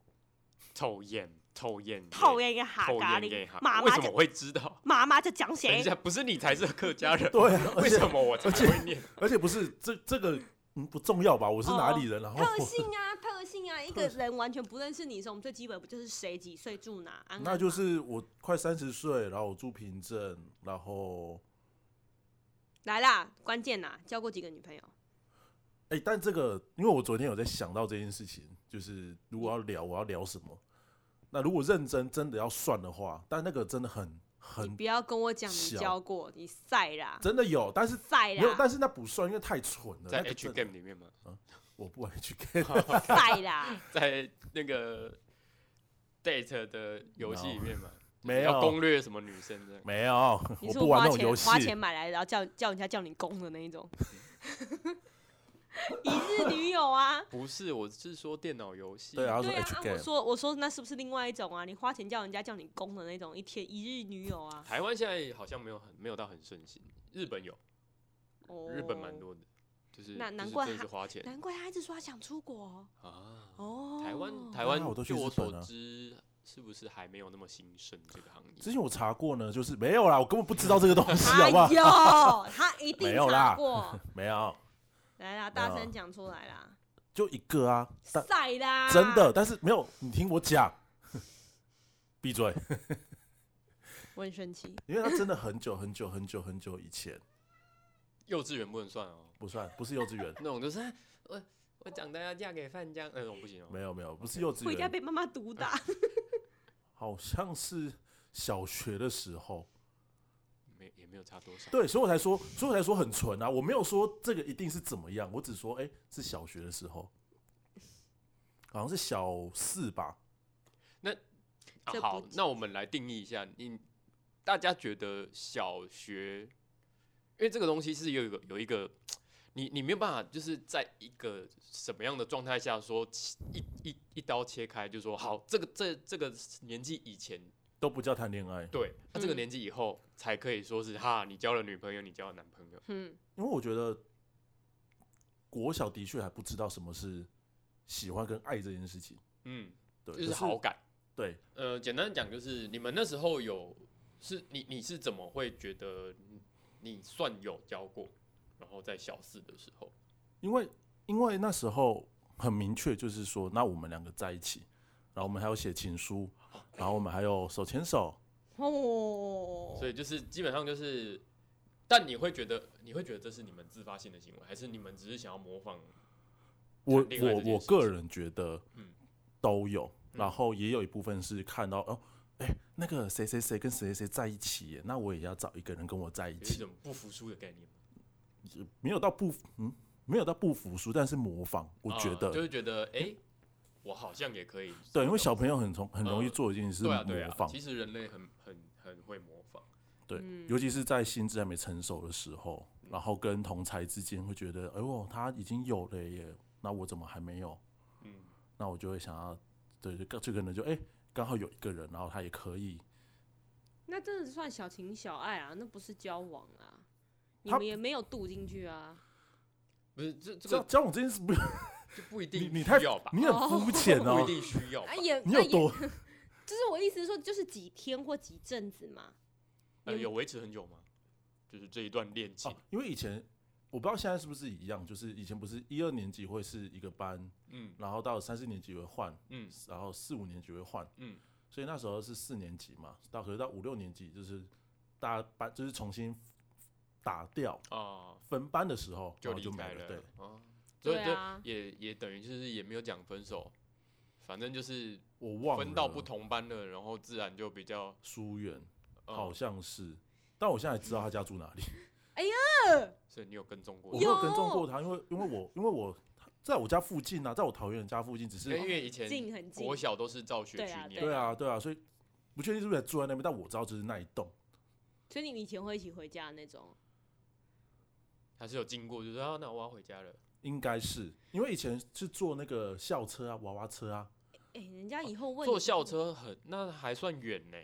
[SPEAKER 3] 讨厌，讨厌，
[SPEAKER 1] 讨，厌的哈
[SPEAKER 3] 讨
[SPEAKER 1] 嘎
[SPEAKER 3] 厌
[SPEAKER 1] 林
[SPEAKER 3] 耶，哈，
[SPEAKER 1] 妈
[SPEAKER 3] 为
[SPEAKER 1] 妈
[SPEAKER 3] 什么
[SPEAKER 1] 就
[SPEAKER 3] 我会知道？
[SPEAKER 1] 妈妈就讲
[SPEAKER 3] 等一
[SPEAKER 1] 谁？
[SPEAKER 3] 下，不是你才是客家
[SPEAKER 2] <laughs>
[SPEAKER 3] 人，
[SPEAKER 2] 哎对啊，而
[SPEAKER 3] <laughs> 为
[SPEAKER 2] 且
[SPEAKER 3] 什么我才会念？
[SPEAKER 2] 而且不是这这个嗯不重要吧？我是哪里人？然后
[SPEAKER 1] 特
[SPEAKER 2] 我
[SPEAKER 1] 性
[SPEAKER 2] <laughs>
[SPEAKER 1] 啊，特性啊，一个人完全不认识你的时候，我们最基本不就是谁几岁住哪？安安
[SPEAKER 2] 那就是我快三十岁，然后我住平镇，然后
[SPEAKER 1] 来啦，关键啦，交过几个女朋友？
[SPEAKER 2] 哎、但这个因为我昨天有在想到这件事情，就是如果要聊，我要聊什么？那如果认真真的要算的话，但那个真的很
[SPEAKER 1] 你
[SPEAKER 2] 很
[SPEAKER 1] 不要跟我讲你
[SPEAKER 2] 小
[SPEAKER 1] 交过，你晒啦，
[SPEAKER 2] 真的有，但是
[SPEAKER 1] 晒
[SPEAKER 2] 没有，
[SPEAKER 1] 啦，
[SPEAKER 2] 但是那不算，因为太蠢了。
[SPEAKER 3] 在
[SPEAKER 2] 那个
[SPEAKER 3] H
[SPEAKER 2] 真的
[SPEAKER 3] game 里面吗？
[SPEAKER 2] 我不玩 H game， <laughs>
[SPEAKER 1] 晒啦，
[SPEAKER 3] 在那个 date 的游戏里面嘛，
[SPEAKER 2] 没
[SPEAKER 3] 要
[SPEAKER 2] 有
[SPEAKER 3] 攻略什么女生这样。
[SPEAKER 2] 没有，
[SPEAKER 1] 你
[SPEAKER 2] 我
[SPEAKER 1] 是
[SPEAKER 2] 不玩
[SPEAKER 1] 花
[SPEAKER 2] 那种
[SPEAKER 1] 钱
[SPEAKER 2] 游戏
[SPEAKER 1] 花。钱买来，然后叫叫人家叫你公的那一
[SPEAKER 2] <laughs>
[SPEAKER 1] 种，一日女友啊。
[SPEAKER 3] 不是，我是说电脑游戏。
[SPEAKER 2] 对啊，，他说
[SPEAKER 1] 对啊
[SPEAKER 2] H
[SPEAKER 1] 啊，我
[SPEAKER 2] game，
[SPEAKER 1] 说我说那是不是另外一种啊？你花钱叫人家叫你公的那种，一天一日女友啊？
[SPEAKER 3] 台湾现在好像没有很没有到很盛行，日本有，
[SPEAKER 1] 哦，
[SPEAKER 3] 日本蛮，多的，就是
[SPEAKER 1] 那
[SPEAKER 3] 就是
[SPEAKER 1] 难怪
[SPEAKER 3] 真的是
[SPEAKER 1] 他
[SPEAKER 3] 花钱
[SPEAKER 1] 难怪他一直说他想出国
[SPEAKER 3] 啊。
[SPEAKER 1] 哦。
[SPEAKER 3] 台湾台
[SPEAKER 2] 啊
[SPEAKER 3] 湾
[SPEAKER 2] 我都去
[SPEAKER 3] 据我
[SPEAKER 2] 日本
[SPEAKER 3] 所
[SPEAKER 2] 啊
[SPEAKER 3] 知，是不是还没有那么兴盛这个行
[SPEAKER 2] 之
[SPEAKER 3] 业？
[SPEAKER 2] 前我查过呢，就是没有啦，我根本不知道这个东西，好不好
[SPEAKER 1] 哎？呦，他一定
[SPEAKER 2] 没
[SPEAKER 3] <laughs>
[SPEAKER 2] 有
[SPEAKER 1] 查
[SPEAKER 2] 啦
[SPEAKER 1] 过。
[SPEAKER 2] 没有，
[SPEAKER 1] 来啦，
[SPEAKER 2] 没有
[SPEAKER 1] 大声讲出来
[SPEAKER 3] <laughs>
[SPEAKER 1] 啦，
[SPEAKER 2] 就一个啊，但
[SPEAKER 1] 晒啦，
[SPEAKER 2] 真的，。但是没有，你听我讲， <laughs> 闭嘴，
[SPEAKER 1] 我很生气，
[SPEAKER 2] 因为他真的很久很久很久很久以前，
[SPEAKER 3] 幼稚园不能算哦，
[SPEAKER 2] 不算，不是幼稚园，
[SPEAKER 3] 那种就是哎我我长大要嫁给范江那种不行哦。
[SPEAKER 2] 没有没有，不是幼稚
[SPEAKER 1] 回家
[SPEAKER 2] 园，
[SPEAKER 1] 被妈妈毒打。
[SPEAKER 2] 好像是小学的时候，
[SPEAKER 3] 没也没有差多少。
[SPEAKER 2] 对，所以我才说，所以我才说很纯啊，我没有说这个一定是怎么样，我只说，哎、是小学的时候，好像是小四吧，
[SPEAKER 3] 啊
[SPEAKER 1] 这不
[SPEAKER 3] 好
[SPEAKER 1] 止，
[SPEAKER 3] 啊那我们来定义一下，你大家觉得小学，因为这个东西是有一个有一个，你你没有办法就是在一个什么样的状态下说切一一一刀切开，就说好这个这这个年纪以前
[SPEAKER 2] 都不叫谈恋爱，
[SPEAKER 3] 对，那、这个
[SPEAKER 1] 嗯
[SPEAKER 3] 年纪以后才可以说是哈你交了女朋友，你交了男朋友，
[SPEAKER 1] 嗯，
[SPEAKER 2] 因为我觉得国小的确还不知道什么是喜欢跟爱这件事情，
[SPEAKER 3] 嗯，
[SPEAKER 2] 对，
[SPEAKER 3] 就
[SPEAKER 2] 可
[SPEAKER 3] 是好感。
[SPEAKER 2] 对，
[SPEAKER 3] 呃，简单讲就是你们那时候有是你你是怎么会觉得你算有交过？然后在小四的时候，
[SPEAKER 2] 因为因为那时候很明确，就是说，那我们两个在一起，然后我们还要写情书，然后我们还有手牵手，
[SPEAKER 1] 哦，
[SPEAKER 3] 所以就是基本上就是，但你会觉得你会觉得这是你们自发性的行为，还是你们只是想要模仿？
[SPEAKER 2] 我
[SPEAKER 3] 谈恋爱这
[SPEAKER 2] 我
[SPEAKER 3] 件
[SPEAKER 2] 我
[SPEAKER 3] 事
[SPEAKER 2] 个
[SPEAKER 3] 情
[SPEAKER 2] 人觉得
[SPEAKER 3] 嗯，
[SPEAKER 2] 都有，
[SPEAKER 3] 嗯
[SPEAKER 2] 然后也有一部分是看到哦，哎、那个谁谁谁跟谁谁谁在一起耶，那我也要找一个人跟我在一
[SPEAKER 3] 有一
[SPEAKER 2] 起，
[SPEAKER 3] 种不服输的概念吗，
[SPEAKER 2] 没有到不嗯，没有到不服输，但是模仿， <laughs> 我觉
[SPEAKER 3] 啊就
[SPEAKER 2] 得
[SPEAKER 3] 是觉得哎、我好像也可以。
[SPEAKER 2] 对，因为小朋友很从很容易
[SPEAKER 3] 嗯
[SPEAKER 2] 做一件事
[SPEAKER 3] 对啊对
[SPEAKER 2] 模
[SPEAKER 3] 啊，
[SPEAKER 2] 仿
[SPEAKER 3] 其，实人类很很很会模仿，
[SPEAKER 2] 对
[SPEAKER 1] 嗯，
[SPEAKER 2] 尤其是在心智还没成熟的时候，然后跟同才之间会觉得，哎呦，他已经有了耶，那我怎么还没有？
[SPEAKER 3] 嗯，
[SPEAKER 2] 那我就会想要，对，就就可能就哎，刚好有一个人，然后他也可以，
[SPEAKER 1] 那真的是算小情小爱啊，那不是交往啊，你
[SPEAKER 2] 他
[SPEAKER 1] 们也没有镀进去啊。
[SPEAKER 3] 不是这这
[SPEAKER 2] 这
[SPEAKER 3] 个
[SPEAKER 2] 交往这件事
[SPEAKER 3] <laughs>
[SPEAKER 2] 不，
[SPEAKER 3] 就不一
[SPEAKER 2] 你
[SPEAKER 3] 定
[SPEAKER 2] 你
[SPEAKER 3] 需
[SPEAKER 2] 太
[SPEAKER 3] 要吧，
[SPEAKER 2] 你很肤浅
[SPEAKER 3] <laughs> 不一
[SPEAKER 2] 哦，
[SPEAKER 3] 定需要吧
[SPEAKER 1] 啊，也
[SPEAKER 2] 你
[SPEAKER 1] 那
[SPEAKER 2] 有
[SPEAKER 1] 也
[SPEAKER 2] 多
[SPEAKER 1] 就是我意思是说，就是几天或几阵子嘛。
[SPEAKER 3] 呃，
[SPEAKER 1] 你
[SPEAKER 3] 有维持很久吗？就是这一段恋情 <laughs>
[SPEAKER 2] 哦，？因为以前我不知道现在是不是一样，就是以前不是一二年级会是一个班，
[SPEAKER 3] 嗯
[SPEAKER 2] 然后到三四年级会换，
[SPEAKER 3] 嗯
[SPEAKER 2] 然后四五年级会换，
[SPEAKER 3] 嗯
[SPEAKER 2] 所以那时候是四年级嘛，到可是到五六年级就是大家班就是重新打掉
[SPEAKER 3] 啊，
[SPEAKER 2] 分班的时候，
[SPEAKER 3] 就
[SPEAKER 2] 然后
[SPEAKER 3] 离
[SPEAKER 2] 就没
[SPEAKER 3] 开
[SPEAKER 2] 了。对
[SPEAKER 3] 了，啊，所以
[SPEAKER 1] 对啊
[SPEAKER 3] 对也也等于就是也没有讲分手，反正就是
[SPEAKER 2] 我忘了
[SPEAKER 3] 分到不同班了，然后自然就比较
[SPEAKER 2] 疏远，
[SPEAKER 3] 呃
[SPEAKER 2] 好像是，但我现在知道他家住哪
[SPEAKER 3] <laughs>
[SPEAKER 2] 里，
[SPEAKER 3] 所以你有跟踪过
[SPEAKER 2] 我没
[SPEAKER 3] 他
[SPEAKER 1] 有
[SPEAKER 2] 有跟踪过他，因为因为我因为我在我家附近啊，在我桃园家附近，只
[SPEAKER 3] 因为因
[SPEAKER 2] 是
[SPEAKER 3] 为以前
[SPEAKER 1] 近很近
[SPEAKER 3] 国，小都是照学
[SPEAKER 1] 对
[SPEAKER 3] 区
[SPEAKER 1] 啊
[SPEAKER 3] 念，
[SPEAKER 2] 对啊对啊，所以不确定是不是住在那边，但我知道就是那一栋。
[SPEAKER 1] 所以你们以前会一起回家的那
[SPEAKER 3] 哦
[SPEAKER 1] 种。
[SPEAKER 3] 还是有经过，就说啊，那我要回家了，
[SPEAKER 2] 应该是因为以前是坐那个校车啊、娃娃车啊，
[SPEAKER 1] 哎、人家以后问
[SPEAKER 3] 坐
[SPEAKER 1] 你
[SPEAKER 3] 校，车很那还算远呢，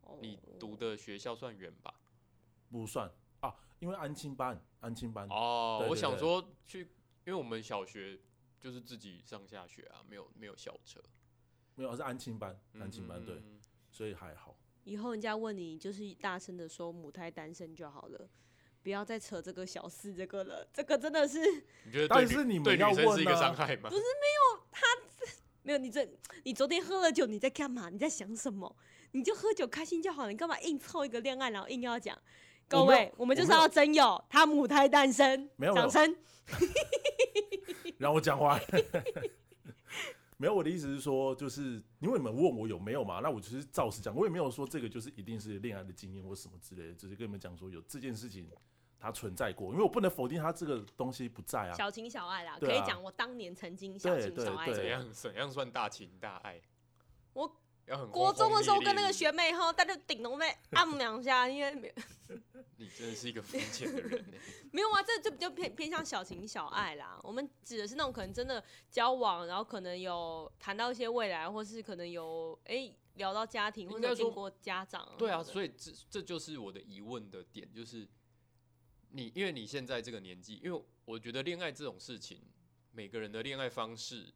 [SPEAKER 1] 哦
[SPEAKER 3] 你读的学校算远吧？
[SPEAKER 2] 不算啊，因为安亲班、安亲班，
[SPEAKER 3] 哦，
[SPEAKER 2] 对
[SPEAKER 3] 我
[SPEAKER 2] 对
[SPEAKER 3] 想
[SPEAKER 2] 对
[SPEAKER 3] 说去，因为我们小学就是自己上下学啊，没有没有校车，
[SPEAKER 2] 没有是安亲班、安亲班，对，
[SPEAKER 3] 嗯
[SPEAKER 2] 所以还
[SPEAKER 3] <laughs>
[SPEAKER 2] 好。
[SPEAKER 1] 以后人家问你，就是大声的说母胎单身就好了，不要再扯这个小四这个了，这个真的是
[SPEAKER 3] 你觉得
[SPEAKER 2] 但
[SPEAKER 3] 对女
[SPEAKER 2] 是你们
[SPEAKER 3] 对
[SPEAKER 2] 要
[SPEAKER 3] 女生是一个
[SPEAKER 2] 问啊
[SPEAKER 3] 伤害吗？
[SPEAKER 1] 没有你这，你昨天喝了酒，你在干嘛？你在想什么？你就喝酒开心就好了，你干嘛硬凑一个恋爱，然后硬要讲？各
[SPEAKER 2] 我没有
[SPEAKER 1] 位，我们就是
[SPEAKER 2] 我没有
[SPEAKER 1] 要真有，他母胎单身，
[SPEAKER 2] 没有没有
[SPEAKER 1] 掌声。
[SPEAKER 2] 让我讲话。 <laughs> 没有，我的意思是说，就是因为你们问我有没有嘛，那我就是照实讲，我也没有说这个就是一定是恋爱的经验或什么之类的，只是跟你们讲说有这件事情它存在过，因为我不能否定它这个东西不在啊。
[SPEAKER 1] 小情小爱啦，
[SPEAKER 2] 对
[SPEAKER 1] 可以
[SPEAKER 2] 啊
[SPEAKER 1] 讲我当年曾经小
[SPEAKER 2] 对
[SPEAKER 1] 情
[SPEAKER 2] 对
[SPEAKER 1] 小爱
[SPEAKER 2] 对
[SPEAKER 1] 这
[SPEAKER 3] 怎
[SPEAKER 1] 样。
[SPEAKER 3] 样怎样算大情大爱？
[SPEAKER 1] 我
[SPEAKER 3] 要很
[SPEAKER 1] 国
[SPEAKER 3] 轰
[SPEAKER 1] 中的
[SPEAKER 3] 轰
[SPEAKER 1] 时候
[SPEAKER 3] 烈
[SPEAKER 1] 跟那
[SPEAKER 3] 烈
[SPEAKER 1] 个学妹哈，大家顶龙妹按两下，因为没
[SPEAKER 3] 你真的是一个肤浅的人欸呢。
[SPEAKER 1] <laughs> 没有啊，这这比较偏偏向小情小爱啦。我们指的是那种可能真的交往，然后可能有谈到一些未来，或是可能有哎、聊到家庭，或
[SPEAKER 3] 应
[SPEAKER 1] 者
[SPEAKER 3] 该
[SPEAKER 1] 有
[SPEAKER 3] 说
[SPEAKER 1] 见过家长。
[SPEAKER 3] 对啊，
[SPEAKER 1] 以
[SPEAKER 3] 所以这这就是我的疑问的点，就是你因为你现在这个年纪，因为我觉得恋爱这种事情，每个人的恋爱方式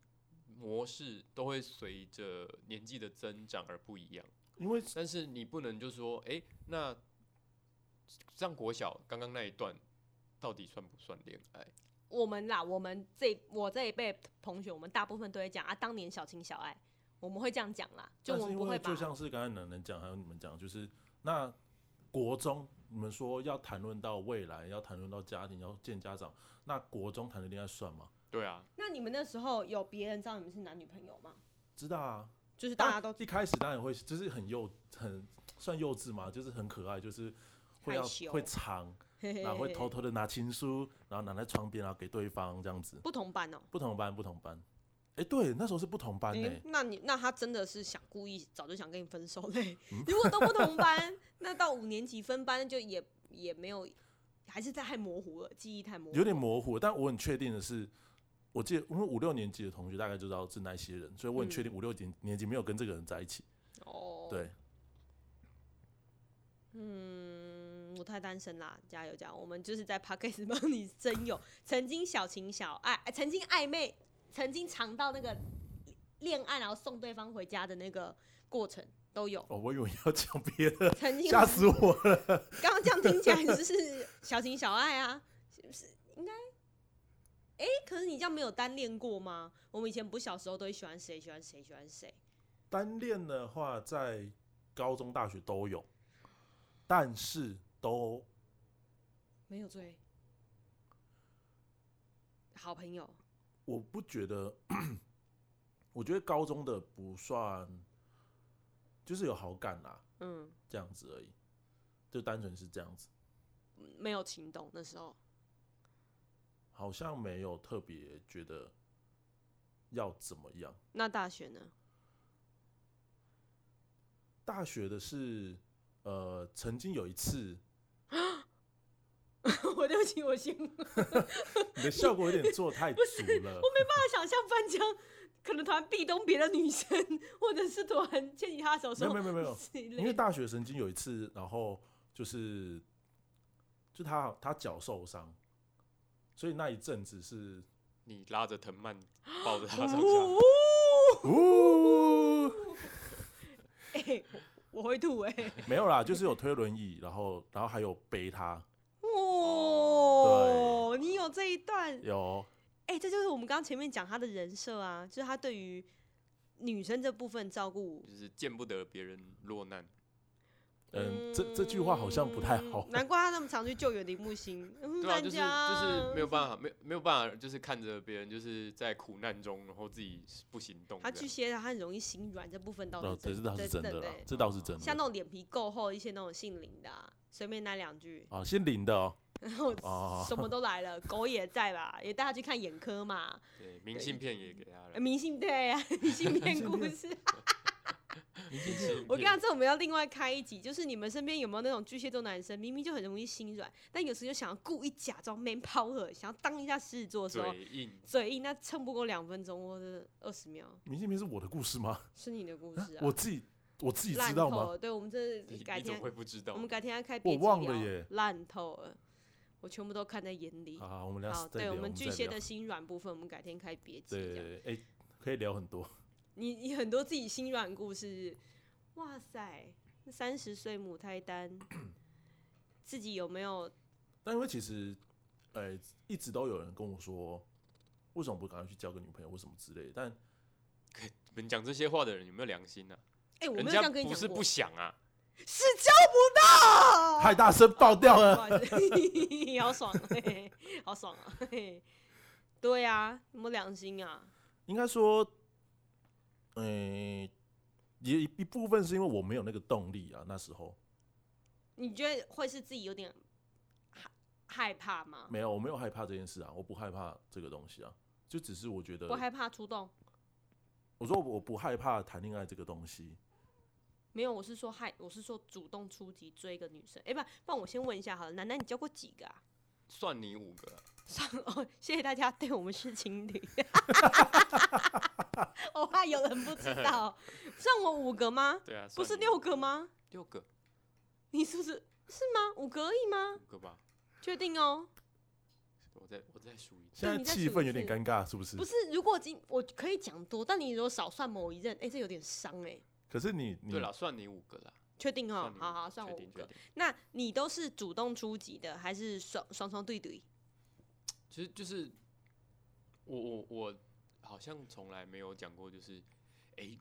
[SPEAKER 3] 模式都会随着年纪的增长而不一样。
[SPEAKER 2] 因为
[SPEAKER 3] 但是你不能就说，哎、那上国小刚刚那一段到底算不算恋爱？
[SPEAKER 1] 我们啦，我们这我这一辈同学，我们大部分都会讲啊，当年小情小爱，我们会这样讲啦，就
[SPEAKER 2] 但
[SPEAKER 1] 我们
[SPEAKER 2] 是因
[SPEAKER 1] 不
[SPEAKER 2] 为
[SPEAKER 1] 会把
[SPEAKER 2] 就像是刚才楠楠讲，还有你们讲，就是那国中你们说要谈论到未来，要谈论到家庭，要见家长，那国中谈的恋爱算吗？
[SPEAKER 3] 对啊，
[SPEAKER 1] 那你们那时候有别人知道你们是男女朋友吗？
[SPEAKER 2] 知道啊，
[SPEAKER 1] 就是大家都
[SPEAKER 2] 当一开始当然会就是很幼很算幼稚嘛，就是很可爱，就是会要
[SPEAKER 1] 害羞
[SPEAKER 2] 会藏，然后会偷偷的拿情书，然后拿在床边，然后给对方这样子。
[SPEAKER 1] 不同班哦、
[SPEAKER 2] 不同班，不同班，哎，啊对，那时候是不同班
[SPEAKER 1] 诶
[SPEAKER 2] 呢，
[SPEAKER 1] 那你那他真的是想故意早就想跟你分手嘞？如果都不同
[SPEAKER 2] <laughs>
[SPEAKER 1] 班，那到五年级分班就也也没有，还是在太模糊了，记忆太模糊，
[SPEAKER 2] 有点模糊。但我很确定的是，我记得因为五六年级的同学大概就知道是那些人，所以我很确定五六年年级没有跟这个人在一起。
[SPEAKER 1] 哦。
[SPEAKER 2] 对，
[SPEAKER 1] 嗯，我太单身啦，加油加油！我们就是在 p o d c a s t 帮你征友，曾经小情小爱，哎曾经暧昧，曾经尝到那个恋爱，然后送对方回家的那个过程都有。
[SPEAKER 2] 哦，我以为你要讲别的，
[SPEAKER 1] 曾经
[SPEAKER 2] 呃吓死我了。
[SPEAKER 1] <laughs> 刚刚这样听起来就是小情小爱啊，是不是？应该？哎、可是你这样没有单恋过吗？我们以前不是小时候都会喜欢谁，喜欢谁，喜欢谁？
[SPEAKER 2] 单恋的话，在高中、大学都有，但是都
[SPEAKER 1] 没有追，好朋友，
[SPEAKER 2] 我不觉得， <clears throat> 我觉得高中的不算，就是有好感啦，
[SPEAKER 1] 嗯，
[SPEAKER 2] 这样子而已，就单纯是这样子，
[SPEAKER 1] 没有情动那时候。
[SPEAKER 2] 好像没有特别觉得要怎么样。
[SPEAKER 1] 那大学呢？
[SPEAKER 2] 大学的是，呃，曾经有一次，
[SPEAKER 1] <laughs>
[SPEAKER 2] <laughs>
[SPEAKER 1] 我对不起，我先无法
[SPEAKER 2] 你的效果有点做太足了，
[SPEAKER 1] 想象范江可能突然壁咚别的女生， <laughs> 或者是突然牵起她的手
[SPEAKER 2] 没
[SPEAKER 1] 说
[SPEAKER 2] 有没有没有没有，
[SPEAKER 1] 之 <laughs> 类
[SPEAKER 2] 因为大学曾经有一次，然后就是就他他脚受伤，所以那一阵子是
[SPEAKER 3] 你拉着藤蔓抱着他上啊
[SPEAKER 1] 呜
[SPEAKER 3] 下，
[SPEAKER 1] <laughs> 哦
[SPEAKER 2] 呜
[SPEAKER 1] 哎、我我会吐哎、
[SPEAKER 2] 没有啦，就是有推轮椅，然后然后还有背他，
[SPEAKER 1] 哦，你有这一段，
[SPEAKER 2] 有
[SPEAKER 1] 哎、这就是我们刚刚前面讲他的人设啊，就是他对于女生这部分照顾。
[SPEAKER 3] 就是见不得别人落难。
[SPEAKER 2] 嗯，这这句话好像不太好
[SPEAKER 1] 嗯，难怪他那么常去救援林木星。嗯，
[SPEAKER 3] <laughs> 对啊，
[SPEAKER 1] 范
[SPEAKER 3] 就是
[SPEAKER 1] 江
[SPEAKER 3] 就是没有办法，没有没有办法，就是看着别人就是在苦难中，然后自己不行动这
[SPEAKER 1] 他
[SPEAKER 3] 样。
[SPEAKER 1] 巨蟹他很容易心软，这部分倒
[SPEAKER 2] 哦
[SPEAKER 1] 是，
[SPEAKER 2] 这
[SPEAKER 1] 真
[SPEAKER 2] 这倒是真的啦，这倒是真
[SPEAKER 1] 像
[SPEAKER 2] 的
[SPEAKER 1] 那种脸皮够厚一些那种姓林的、啊，随便来两句，
[SPEAKER 2] 啊，姓林
[SPEAKER 1] <laughs>
[SPEAKER 2] 的哦，
[SPEAKER 1] 然后
[SPEAKER 2] 哦
[SPEAKER 1] 什么都来
[SPEAKER 2] <laughs>
[SPEAKER 1] 了，狗也在吧，也带他去看眼科嘛，
[SPEAKER 3] 对，明信片也给他
[SPEAKER 1] 呃
[SPEAKER 3] 了。
[SPEAKER 1] 明信对啊， <laughs> 明
[SPEAKER 2] <laughs>
[SPEAKER 1] 信片故事。
[SPEAKER 3] 明信片
[SPEAKER 1] 我跟你讲，这我们要另外开一集，就是你们身边有没有那种巨蟹座男生，明明就很容易心软，但有时候又想要故意假装 man power，想要当一下狮子座的时候，
[SPEAKER 3] 嘴硬，
[SPEAKER 1] 嘴硬，那撑不过两分钟或者二十秒，
[SPEAKER 2] 明信片是我的故事吗？
[SPEAKER 1] 是你的故事啊。
[SPEAKER 2] 我自己我自己知
[SPEAKER 1] 烂透
[SPEAKER 2] 道吗？
[SPEAKER 1] 了，对我们这
[SPEAKER 3] 你
[SPEAKER 1] 改
[SPEAKER 3] 你怎
[SPEAKER 1] 天
[SPEAKER 3] 么会不知道
[SPEAKER 1] 我？们改天要开
[SPEAKER 2] 我
[SPEAKER 1] 别集
[SPEAKER 2] 忘了
[SPEAKER 1] 聊
[SPEAKER 2] 耶
[SPEAKER 1] 烂透了，我全部都看在眼里。
[SPEAKER 2] 啊，我们俩
[SPEAKER 1] 好，
[SPEAKER 2] 再
[SPEAKER 1] 对
[SPEAKER 2] 聊，
[SPEAKER 1] 我
[SPEAKER 2] 我
[SPEAKER 1] 们
[SPEAKER 2] 再
[SPEAKER 1] 巨蟹
[SPEAKER 2] 聊
[SPEAKER 1] 的心软部分，我们改天开别集。这样
[SPEAKER 2] 对，哎，可以聊很多。
[SPEAKER 1] 你你很多自己心软故事，哇塞，三十岁母胎单，自己有没有？
[SPEAKER 2] 但因为其实，呃，一直都有人跟我说，为什么不赶快去交个女朋友或什么之类的。但
[SPEAKER 3] 你们讲这些话的人有没有良心呢、啊？
[SPEAKER 1] 哎、我没
[SPEAKER 3] 人
[SPEAKER 1] 有这
[SPEAKER 3] 家
[SPEAKER 1] 样跟你
[SPEAKER 3] 不
[SPEAKER 1] 讲
[SPEAKER 3] 是
[SPEAKER 1] 过，
[SPEAKER 3] 不想啊，
[SPEAKER 1] 是交不到，
[SPEAKER 2] <laughs> 太大声爆掉
[SPEAKER 1] 不
[SPEAKER 2] 了，
[SPEAKER 1] 好意思， <laughs> 好爽、嘿， <laughs> 好爽啊！嘿，对啊，有没有良心啊？
[SPEAKER 2] <laughs> 应该说，呃，也一部分是因为我没有那个动力啊。那时候
[SPEAKER 1] 你觉得会是自己有点害害怕吗？
[SPEAKER 2] 没有，我没有害怕这件事啊，我不害怕这个东西啊，就只是我觉得
[SPEAKER 1] 不，害怕出动？
[SPEAKER 2] 我说我不害怕谈恋爱这个东西。
[SPEAKER 1] 没有，我是说害，我是说主动出击追一个女生。哎、不然，不然我先问一下好了，楠楠，你交过几个啊？
[SPEAKER 3] 算你五个啊、
[SPEAKER 1] 上哦，谢谢大家对我们是情侣。我怕有人不知道，算我五个吗？
[SPEAKER 3] 对啊，
[SPEAKER 1] 不
[SPEAKER 3] 算
[SPEAKER 1] 是
[SPEAKER 3] 你
[SPEAKER 1] 六个吗？
[SPEAKER 3] 六个
[SPEAKER 1] 你是不是是吗？五个而已吗
[SPEAKER 3] 五？个吧？
[SPEAKER 1] 确定哦？
[SPEAKER 3] 我再我再数一次，
[SPEAKER 2] 现在
[SPEAKER 1] 你再
[SPEAKER 2] 气
[SPEAKER 1] 数
[SPEAKER 2] 氛
[SPEAKER 1] 一
[SPEAKER 2] 有点
[SPEAKER 1] 次
[SPEAKER 2] 尴尬，是不
[SPEAKER 3] 嗯
[SPEAKER 2] 是
[SPEAKER 1] 不？是，如果今我可以讲多，但你如果少算某一任，哎、这有点伤哎、
[SPEAKER 2] 可是你你
[SPEAKER 3] 对啦，算你五个啦，
[SPEAKER 1] 确定
[SPEAKER 3] 算
[SPEAKER 1] 哦
[SPEAKER 3] 你，五
[SPEAKER 1] 好
[SPEAKER 3] 个
[SPEAKER 1] 好算我
[SPEAKER 3] 确
[SPEAKER 1] 五
[SPEAKER 3] 定确
[SPEAKER 1] 个。
[SPEAKER 3] 定。
[SPEAKER 1] 那你都是主动出击的，还是双双双对对？
[SPEAKER 3] 其实就是我我我好像从来没有讲过，就是哎、诶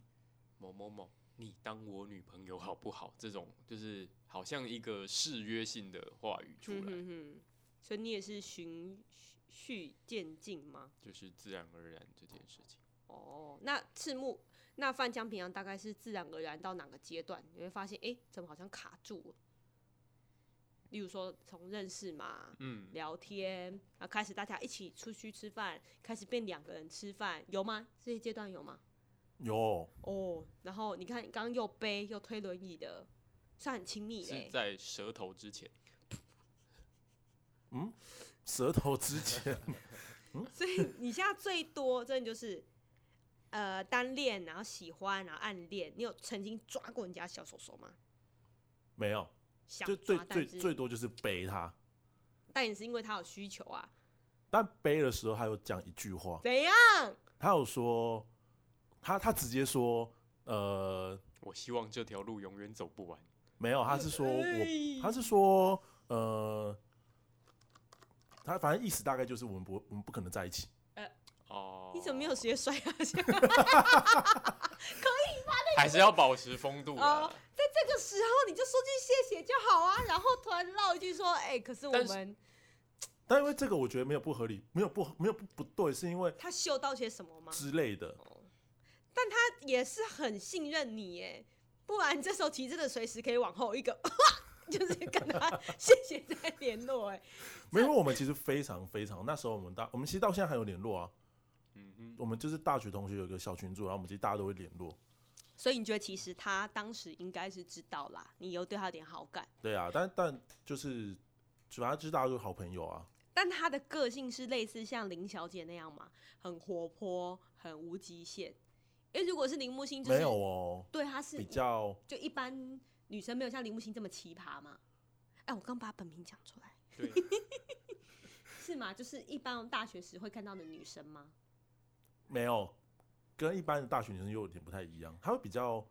[SPEAKER 3] 某某某，你当我女朋友好不好？这种就是好像一个誓约性的话语出来，
[SPEAKER 1] 嗯哼哼，所以你也是循序渐进吗？
[SPEAKER 3] 就是自然而然这件事情。
[SPEAKER 1] 哦，那赤木那范江平洋大概是自然而然到哪个阶段，你会发现，哎、怎么好像卡住了？例如说从认识嘛、
[SPEAKER 3] 嗯，
[SPEAKER 1] 聊天，啊，开始大家一起出去吃饭，开始变两个人吃饭，有吗？这些阶段有吗？
[SPEAKER 2] 有 <laughs>
[SPEAKER 1] 哦，然后你看，刚刚又背又推轮椅的，算很亲密嘞、欸
[SPEAKER 3] 是在舌头之前，
[SPEAKER 2] 舌头之前
[SPEAKER 1] <laughs>
[SPEAKER 2] <laughs>
[SPEAKER 1] 所以你现在最多真的就是，呃，单恋，然后喜欢，然后暗恋。你有曾经抓过人家小手手吗？
[SPEAKER 2] 没有，
[SPEAKER 1] 想
[SPEAKER 2] 就最
[SPEAKER 1] 抓，但
[SPEAKER 2] 最
[SPEAKER 1] 是
[SPEAKER 2] 最多就是背他，
[SPEAKER 1] 但也是因为他有需求啊。
[SPEAKER 2] 但背的时候他有讲一句话，
[SPEAKER 1] 怎样？
[SPEAKER 2] 他有说，他他直接说，呃，
[SPEAKER 3] 我希望这条路永远走不完。
[SPEAKER 2] 没有，他是说我
[SPEAKER 1] 哎
[SPEAKER 2] 他是说，呃，他反正意思大概就是我们不我们不可能在一起，
[SPEAKER 3] 哦，
[SPEAKER 1] 你怎么没有啊直接摔 <laughs> 下去？
[SPEAKER 3] 还是要保持风度
[SPEAKER 1] 哦
[SPEAKER 3] 啊。
[SPEAKER 1] 在这个时候你就说句谢谢就好啊，然后突然绕一句说：“哎、可是我
[SPEAKER 3] 但是
[SPEAKER 1] 们
[SPEAKER 2] 但因为这个我觉得没有不合理，没有不没有不不对，是因为
[SPEAKER 1] 他嗅到些什么吗
[SPEAKER 2] 之类的？”，
[SPEAKER 1] 哦，但他也是很信任你耶，不然这时候其实真的随时可以往后一个， <laughs> 就是跟他谢谢再联络哎。
[SPEAKER 2] 没有，因为我们其实非常非常，那时候我们大我们其实到现在还有联络啊，
[SPEAKER 3] 嗯
[SPEAKER 2] 我
[SPEAKER 3] 哼，
[SPEAKER 2] 们就是大学同学有一个小群组，然后我们其实大家都会联络，
[SPEAKER 1] 所以你觉得其实他当时应该是知道啦，你有对他有点好感，
[SPEAKER 2] 对啊，但但就是主要就是大家都是好朋友啊，
[SPEAKER 1] 但他的个性是类似像林小姐那样嘛，很活泼，很无极限。因为如果是铃木星，就是
[SPEAKER 2] 没有哦，
[SPEAKER 1] 对他是
[SPEAKER 2] 比较
[SPEAKER 1] 就一般女生没有像铃木星这么奇葩嘛。哎，我刚把本名讲出来，
[SPEAKER 3] 对，
[SPEAKER 1] 是吗？就是一般大学时会看到的女生吗？
[SPEAKER 2] 没有，跟一般的大学女生又有点不太一样，她会比较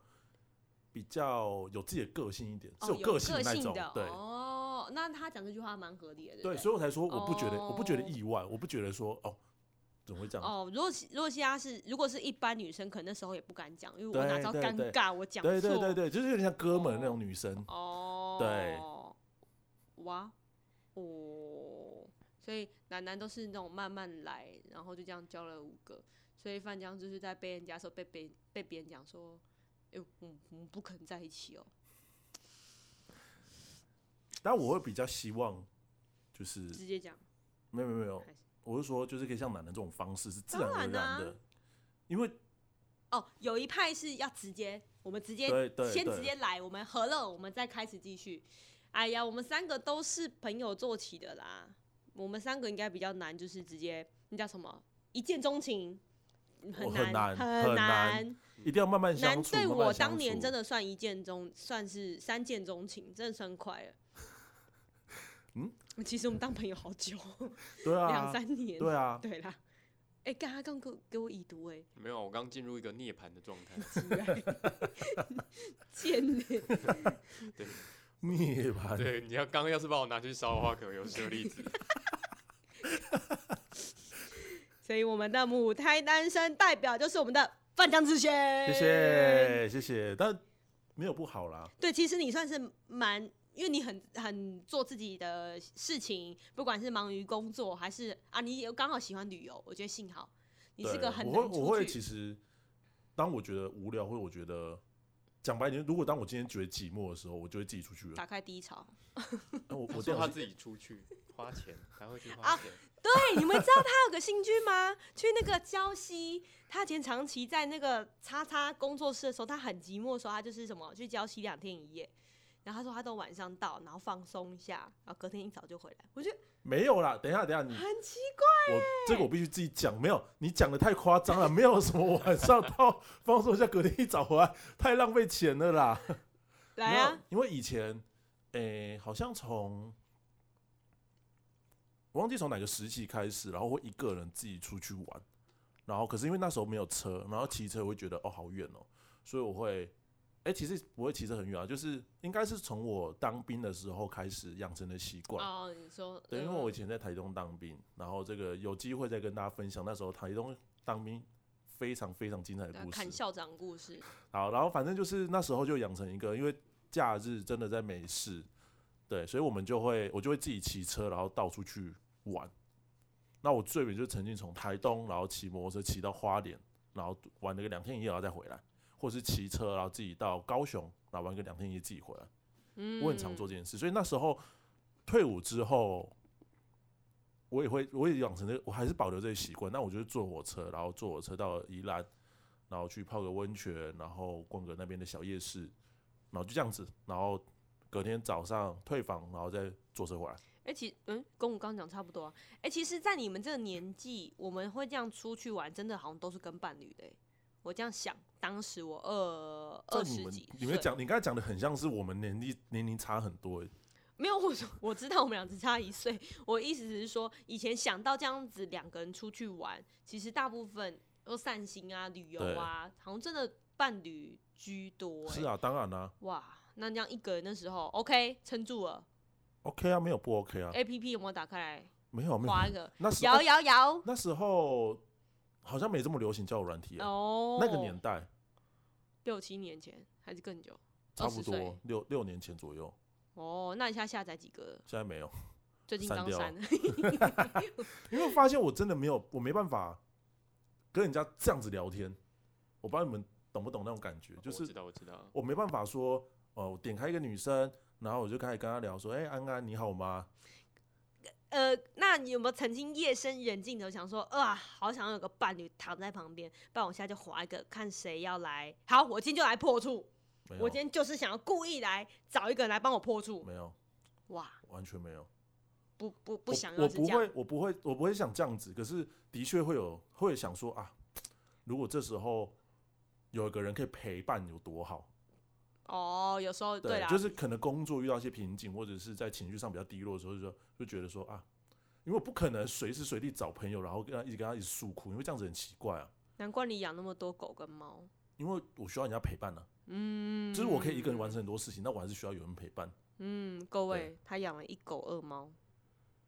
[SPEAKER 2] 比较有自己的个性一点，是
[SPEAKER 1] 哦，
[SPEAKER 2] 个性
[SPEAKER 1] 性
[SPEAKER 2] 的那种，
[SPEAKER 1] 的
[SPEAKER 2] 对。
[SPEAKER 1] 哦。那他讲这句话蛮合理的，对不
[SPEAKER 2] 对，
[SPEAKER 1] 对？
[SPEAKER 2] 所以我才说我不觉得，我不觉得
[SPEAKER 1] 哦
[SPEAKER 2] 意外，我不觉得说哦，怎么会这样？
[SPEAKER 1] 哦，如果是如果现在是如果是一般女生，可能那时候也不敢讲，因为我哪知道
[SPEAKER 2] 对对
[SPEAKER 1] 尴
[SPEAKER 2] 对
[SPEAKER 1] 尬，我讲错。
[SPEAKER 2] 对对对对，就是有点像哥们儿那种女生，
[SPEAKER 1] 哦，对，哇，哦，所以楠楠都是那种慢慢来，然后就这样教了五个，所以范江就是在被人家说被被被别人讲说，哎、我我们不肯在一起哦，
[SPEAKER 2] 但我会比较希望，就是
[SPEAKER 1] 直接讲，
[SPEAKER 2] 没有没有没有
[SPEAKER 1] 还是，
[SPEAKER 2] 我是说就是可以像男人这种方式是自然
[SPEAKER 1] 当
[SPEAKER 2] 而
[SPEAKER 1] 然啊
[SPEAKER 2] 然的，因为
[SPEAKER 1] 哦，有一派是要直接，我们直接
[SPEAKER 2] 对对
[SPEAKER 1] 先
[SPEAKER 2] 对
[SPEAKER 1] 直接来，我们合了，我们再开始继续。哎呀，我们三个都是朋友做起的啦，我们三个应该比较难，就是直接那叫什么一见钟情，
[SPEAKER 2] 哦
[SPEAKER 1] 很难
[SPEAKER 2] 很难很难
[SPEAKER 1] 难。
[SPEAKER 3] 嗯
[SPEAKER 2] 一定要慢慢
[SPEAKER 1] 难
[SPEAKER 2] 相处。
[SPEAKER 1] 对
[SPEAKER 2] 慢慢
[SPEAKER 1] 我
[SPEAKER 2] 相
[SPEAKER 1] 当年
[SPEAKER 2] 处
[SPEAKER 1] 真的算一见钟，算是三见钟情，真的算快了。
[SPEAKER 2] <laughs> 嗯，
[SPEAKER 1] 其实我们当朋友好
[SPEAKER 2] <laughs>
[SPEAKER 1] 久，
[SPEAKER 2] 对
[SPEAKER 1] 两、
[SPEAKER 2] 啊，
[SPEAKER 1] 三年。
[SPEAKER 2] 对啊，
[SPEAKER 1] 对啦，哎、刚刚刚给我给我已读哎、
[SPEAKER 3] 没有，我刚进入一个涅槃的状态。
[SPEAKER 2] <laughs>
[SPEAKER 1] <laughs> 贱欸呢、
[SPEAKER 3] 对
[SPEAKER 2] 灭吧，
[SPEAKER 3] 对，你要刚刚要是把我拿去烧的话，可能有舍利子。
[SPEAKER 1] 所以我们的母胎单身代表就是我们的范江之轩。
[SPEAKER 2] 谢。谢谢谢，但没有不好啦，
[SPEAKER 1] 对，其实你算是蛮，因为你很很做自己的事情，不管是忙于工作还是啊，你也刚好喜欢旅游，我觉得幸好你是
[SPEAKER 2] 对
[SPEAKER 1] 个很
[SPEAKER 2] 我
[SPEAKER 1] 能
[SPEAKER 2] 会
[SPEAKER 1] 出去。
[SPEAKER 2] 我会其实，当我觉得无聊，或者我觉得讲白一点，如果当我今天觉得寂寞的时候，我就会自己出去
[SPEAKER 1] <laughs>
[SPEAKER 2] 了。
[SPEAKER 1] 打开低潮。
[SPEAKER 2] 那我
[SPEAKER 3] 我
[SPEAKER 2] 我
[SPEAKER 3] 说
[SPEAKER 2] 电
[SPEAKER 3] 他
[SPEAKER 2] 脑是
[SPEAKER 3] 自己
[SPEAKER 2] <laughs>
[SPEAKER 3] 出去花钱，他会去
[SPEAKER 1] 啊
[SPEAKER 3] 花钱。
[SPEAKER 1] 对，你们知道他有个新居吗？去那个礁溪，他以前长期在那个叉叉工作室的时候，他很寂寞的时候，他就是什么去礁溪两天一夜。然后他说他都晚上到，然后放松一下，然后隔天一早就回来。我觉得
[SPEAKER 2] 没有啦。等一下等一下，你
[SPEAKER 1] 很奇
[SPEAKER 2] 我这个我必须自己讲，没有你讲的太夸张了，没有什么晚上 <laughs> 到放松一下，隔天一早回来，太浪费钱了啦。
[SPEAKER 1] 怪。来啊，
[SPEAKER 2] 没有，因为以前诶、好像从我忘记从哪个时期开始，然后会一个人自己出去玩，然后可是因为那时候没有车，然后骑车我会觉得哦好远哦，所以我会诶、其实不会骑车很远啊，就是应该是从我当兵的时候开始养成的习惯。
[SPEAKER 1] 哦，你说，
[SPEAKER 2] 对，因为
[SPEAKER 1] 嗯
[SPEAKER 2] 我以前在台东当兵，然后这个有机会再跟大家分享那时候台东当兵非常非常精彩的
[SPEAKER 1] 呃
[SPEAKER 2] 故
[SPEAKER 1] 砍
[SPEAKER 2] 事。
[SPEAKER 1] 校长故事，
[SPEAKER 2] 好，然后反正就是那时候就养成一个，因为假日真的在没事，对，所以我们就会我就会自己骑车，然后到处去玩。那我最远就曾经从台东，然后骑摩托车骑到花莲，然后玩了个两天一夜，然后再回来，或是骑车然后自己到高雄，然后玩个两天一夜自己回来。
[SPEAKER 1] 嗯
[SPEAKER 2] 我很常做这件事，所以那时候退伍之后，我也会，我也养成这个，我还是保留这个习惯。那我就是坐火车，然后坐火车到宜兰，然后去泡个温泉，然后逛个那边的小夜市，然后就这样子，然后隔天早上退房，然后再坐车回来。
[SPEAKER 1] 哎、其嗯，跟我刚刚讲差不多、啊。哎、其实，在你们这个年纪，我们会这样出去玩，真的好像都是跟伴侣的欸、我这样想，当时我二
[SPEAKER 2] 这
[SPEAKER 1] 二
[SPEAKER 2] 你
[SPEAKER 1] 十
[SPEAKER 2] 们
[SPEAKER 1] 几，
[SPEAKER 2] 你们，讲，你刚才讲的很像是我们年纪年龄差很多、欸，
[SPEAKER 1] 没有我说我知道我们俩只差一岁，我意思只是说，以前想到这样子两个人出去玩，其实大部分都散心啊、旅游
[SPEAKER 2] 对
[SPEAKER 1] 啊，好像真的伴侣居多、欸。
[SPEAKER 2] 是，啊，当然啦、
[SPEAKER 1] 哇，那这样一个人的时候，OK，撑住了。
[SPEAKER 2] o k 啊，没有不 OK 啊，
[SPEAKER 1] A P P 有没有打开来
[SPEAKER 2] 没有没有，
[SPEAKER 1] 划一个？
[SPEAKER 2] 那时候
[SPEAKER 1] 摇摇摇。
[SPEAKER 2] 那时候好像没这么流行交友软体、啊，
[SPEAKER 1] 哦，
[SPEAKER 2] 那个年代
[SPEAKER 1] 六七年前还是更久？
[SPEAKER 2] 差不
[SPEAKER 1] 20岁
[SPEAKER 2] 多六六年前左右，
[SPEAKER 1] 哦，那你现在下载几个了？
[SPEAKER 2] 现在没有， <laughs>
[SPEAKER 1] 最近
[SPEAKER 2] 删
[SPEAKER 1] 刚
[SPEAKER 2] 掉
[SPEAKER 1] 删的。 <laughs>
[SPEAKER 2] 因为我发现我真的没有，我没办法跟人家这样子聊天，我不知道你们懂不懂那种感
[SPEAKER 1] 哦
[SPEAKER 2] 觉，就
[SPEAKER 3] 我知
[SPEAKER 2] 是
[SPEAKER 3] 道，我知道，
[SPEAKER 2] 我没办法说，呃，我点开一个女生，然后我就开始跟她聊说，哎、安安你好吗？
[SPEAKER 1] 呃，那你有没有曾经夜深人静的时候想说，啊，好想要有个伴侣躺在旁边，不然我现在就划一个，看谁要来。好，我今天就来破处，
[SPEAKER 2] 没有
[SPEAKER 1] 我今，天就是想要故意来找一个人来帮我破处。
[SPEAKER 2] 没有，
[SPEAKER 1] 哇，
[SPEAKER 2] 完全没有。
[SPEAKER 1] 不不不
[SPEAKER 2] 我
[SPEAKER 1] 想
[SPEAKER 2] 我
[SPEAKER 1] 要是
[SPEAKER 2] 不
[SPEAKER 1] 这样，
[SPEAKER 2] 会，我不会，我不会想这样子。可是的确会有，会想说啊，如果这时候有一个人可以陪伴有多好。
[SPEAKER 1] 哦，有时候啦，
[SPEAKER 2] 就是可能工作遇到一些瓶颈，或者是在情绪上比较低落的时候，就说就觉得说啊，因为我不可能随时随地找朋友，然后跟他一直跟他一直诉苦，因为这样子很奇怪啊。
[SPEAKER 1] 难怪你养那么多狗跟猫。
[SPEAKER 2] 因为我需要人家陪伴啊，
[SPEAKER 1] 嗯，
[SPEAKER 2] 就是我可以一个人完成很多事情，但我还是需要有人陪伴。
[SPEAKER 1] 嗯，各
[SPEAKER 2] 对
[SPEAKER 1] 位，他养了一狗二猫，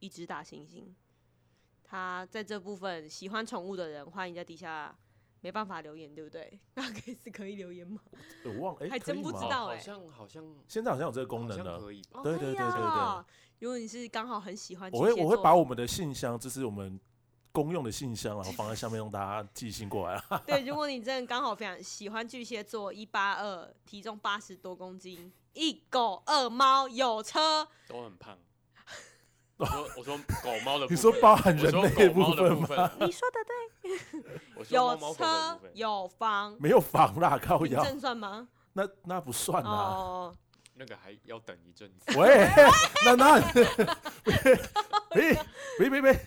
[SPEAKER 1] 一只大猩猩。他在这部分喜欢宠物的人，欢迎在底下没办法留言，对不对？那可以是可以留言吗？
[SPEAKER 2] 呃我忘哎，
[SPEAKER 1] 还
[SPEAKER 2] 可
[SPEAKER 1] 真
[SPEAKER 2] 以
[SPEAKER 1] 不
[SPEAKER 2] 吗
[SPEAKER 1] 知道
[SPEAKER 3] 好
[SPEAKER 1] 哎
[SPEAKER 3] 像好像
[SPEAKER 2] 现在好像有这个功
[SPEAKER 3] 好
[SPEAKER 2] 能
[SPEAKER 3] 像
[SPEAKER 2] 了。
[SPEAKER 3] 可以吧？
[SPEAKER 1] 哦
[SPEAKER 2] 对
[SPEAKER 1] 可
[SPEAKER 2] 对
[SPEAKER 1] 以
[SPEAKER 2] 对对对
[SPEAKER 1] 啊如果你是刚好很喜欢巨
[SPEAKER 2] 我
[SPEAKER 1] 蟹
[SPEAKER 2] 会
[SPEAKER 1] 座，
[SPEAKER 2] 我会把我们的信箱，这是我们公用的信箱，然后放在下面让大家寄信过
[SPEAKER 3] <laughs>
[SPEAKER 2] 来啊。
[SPEAKER 1] 对，如果你真的刚好非常喜欢巨蟹座，一八二，体重八十多公斤，一狗二猫有车，
[SPEAKER 3] 都
[SPEAKER 2] <laughs>
[SPEAKER 3] 很胖。我说我说狗猫的部分，
[SPEAKER 2] 你说包含
[SPEAKER 3] 我
[SPEAKER 2] 人
[SPEAKER 3] 说
[SPEAKER 2] 类
[SPEAKER 3] 狗猫的
[SPEAKER 2] 分
[SPEAKER 3] 部
[SPEAKER 2] 吗？
[SPEAKER 3] 分，
[SPEAKER 1] 你说的对，
[SPEAKER 3] 我说
[SPEAKER 1] 有
[SPEAKER 3] 猫猫狗的
[SPEAKER 1] 车
[SPEAKER 3] 部分，
[SPEAKER 1] 有房，
[SPEAKER 2] 没有房啦，靠
[SPEAKER 1] 凭
[SPEAKER 2] 腰，
[SPEAKER 1] 证算吗？
[SPEAKER 2] 那那 <laughs> 不算啦。
[SPEAKER 1] 哦，
[SPEAKER 3] 那个还要等一阵
[SPEAKER 2] <laughs>
[SPEAKER 3] 子。
[SPEAKER 2] 喂，楠楠， <laughs> 喂喂喂喂，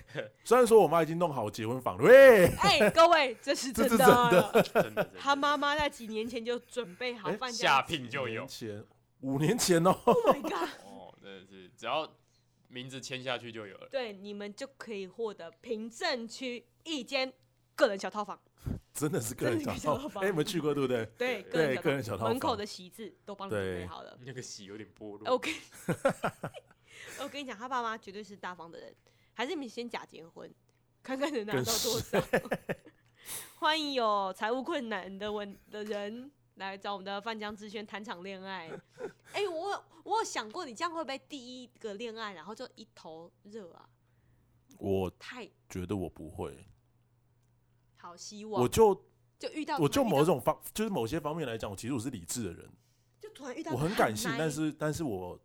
[SPEAKER 2] 虽然说我妈已经弄好结婚房了，喂，
[SPEAKER 1] 哎、
[SPEAKER 2] <laughs>
[SPEAKER 1] 各位，这是
[SPEAKER 2] 这
[SPEAKER 1] 真
[SPEAKER 2] 是
[SPEAKER 1] 的
[SPEAKER 2] 真
[SPEAKER 1] 啊。
[SPEAKER 3] 真的，真的
[SPEAKER 1] <laughs> 他妈妈在几年前就准备好
[SPEAKER 2] 哎
[SPEAKER 1] 放假
[SPEAKER 3] 下聘就有
[SPEAKER 2] 五年前五年前哦， <laughs>
[SPEAKER 1] Oh my god！
[SPEAKER 3] 哦，真的是只要名字签下去就有了。
[SPEAKER 1] 对，你们就可以获得平镇区一间个人小套房。
[SPEAKER 2] 真的是个人
[SPEAKER 1] 真的
[SPEAKER 2] 小套
[SPEAKER 1] 是小套房
[SPEAKER 2] 哎，你们去过对不对？
[SPEAKER 1] 对，
[SPEAKER 3] 对
[SPEAKER 1] 个人
[SPEAKER 2] 对
[SPEAKER 1] 小
[SPEAKER 2] 个人小套房
[SPEAKER 1] 门口的席子都帮你准备
[SPEAKER 2] 对
[SPEAKER 1] 好了。
[SPEAKER 3] 那个喜有点剥
[SPEAKER 1] 哎
[SPEAKER 2] <laughs>
[SPEAKER 1] 我
[SPEAKER 3] 落，
[SPEAKER 1] 跟， <laughs> 我跟你讲，他爸妈绝对是大方的人，还是你们先假结婚，看看能拿到多少。
[SPEAKER 2] <laughs>
[SPEAKER 1] <laughs> 欢迎有财务困难的问的人来找我们的范江之轩谈场恋爱。哎、我我有想过，你这样会不会第一个恋爱，然后就一头热啊？
[SPEAKER 2] 我
[SPEAKER 1] 太
[SPEAKER 2] 觉得我不会，
[SPEAKER 1] 好希望，
[SPEAKER 2] 我就
[SPEAKER 1] 就遇到
[SPEAKER 2] 我
[SPEAKER 1] 突
[SPEAKER 2] 就
[SPEAKER 1] 然
[SPEAKER 2] 某
[SPEAKER 1] 遇到
[SPEAKER 2] 种方，就是某些方面来讲，我其实我是理智的人，
[SPEAKER 1] 就突然遇到
[SPEAKER 2] 我
[SPEAKER 1] 个
[SPEAKER 2] 很感性，
[SPEAKER 1] nice
[SPEAKER 2] 但是但是我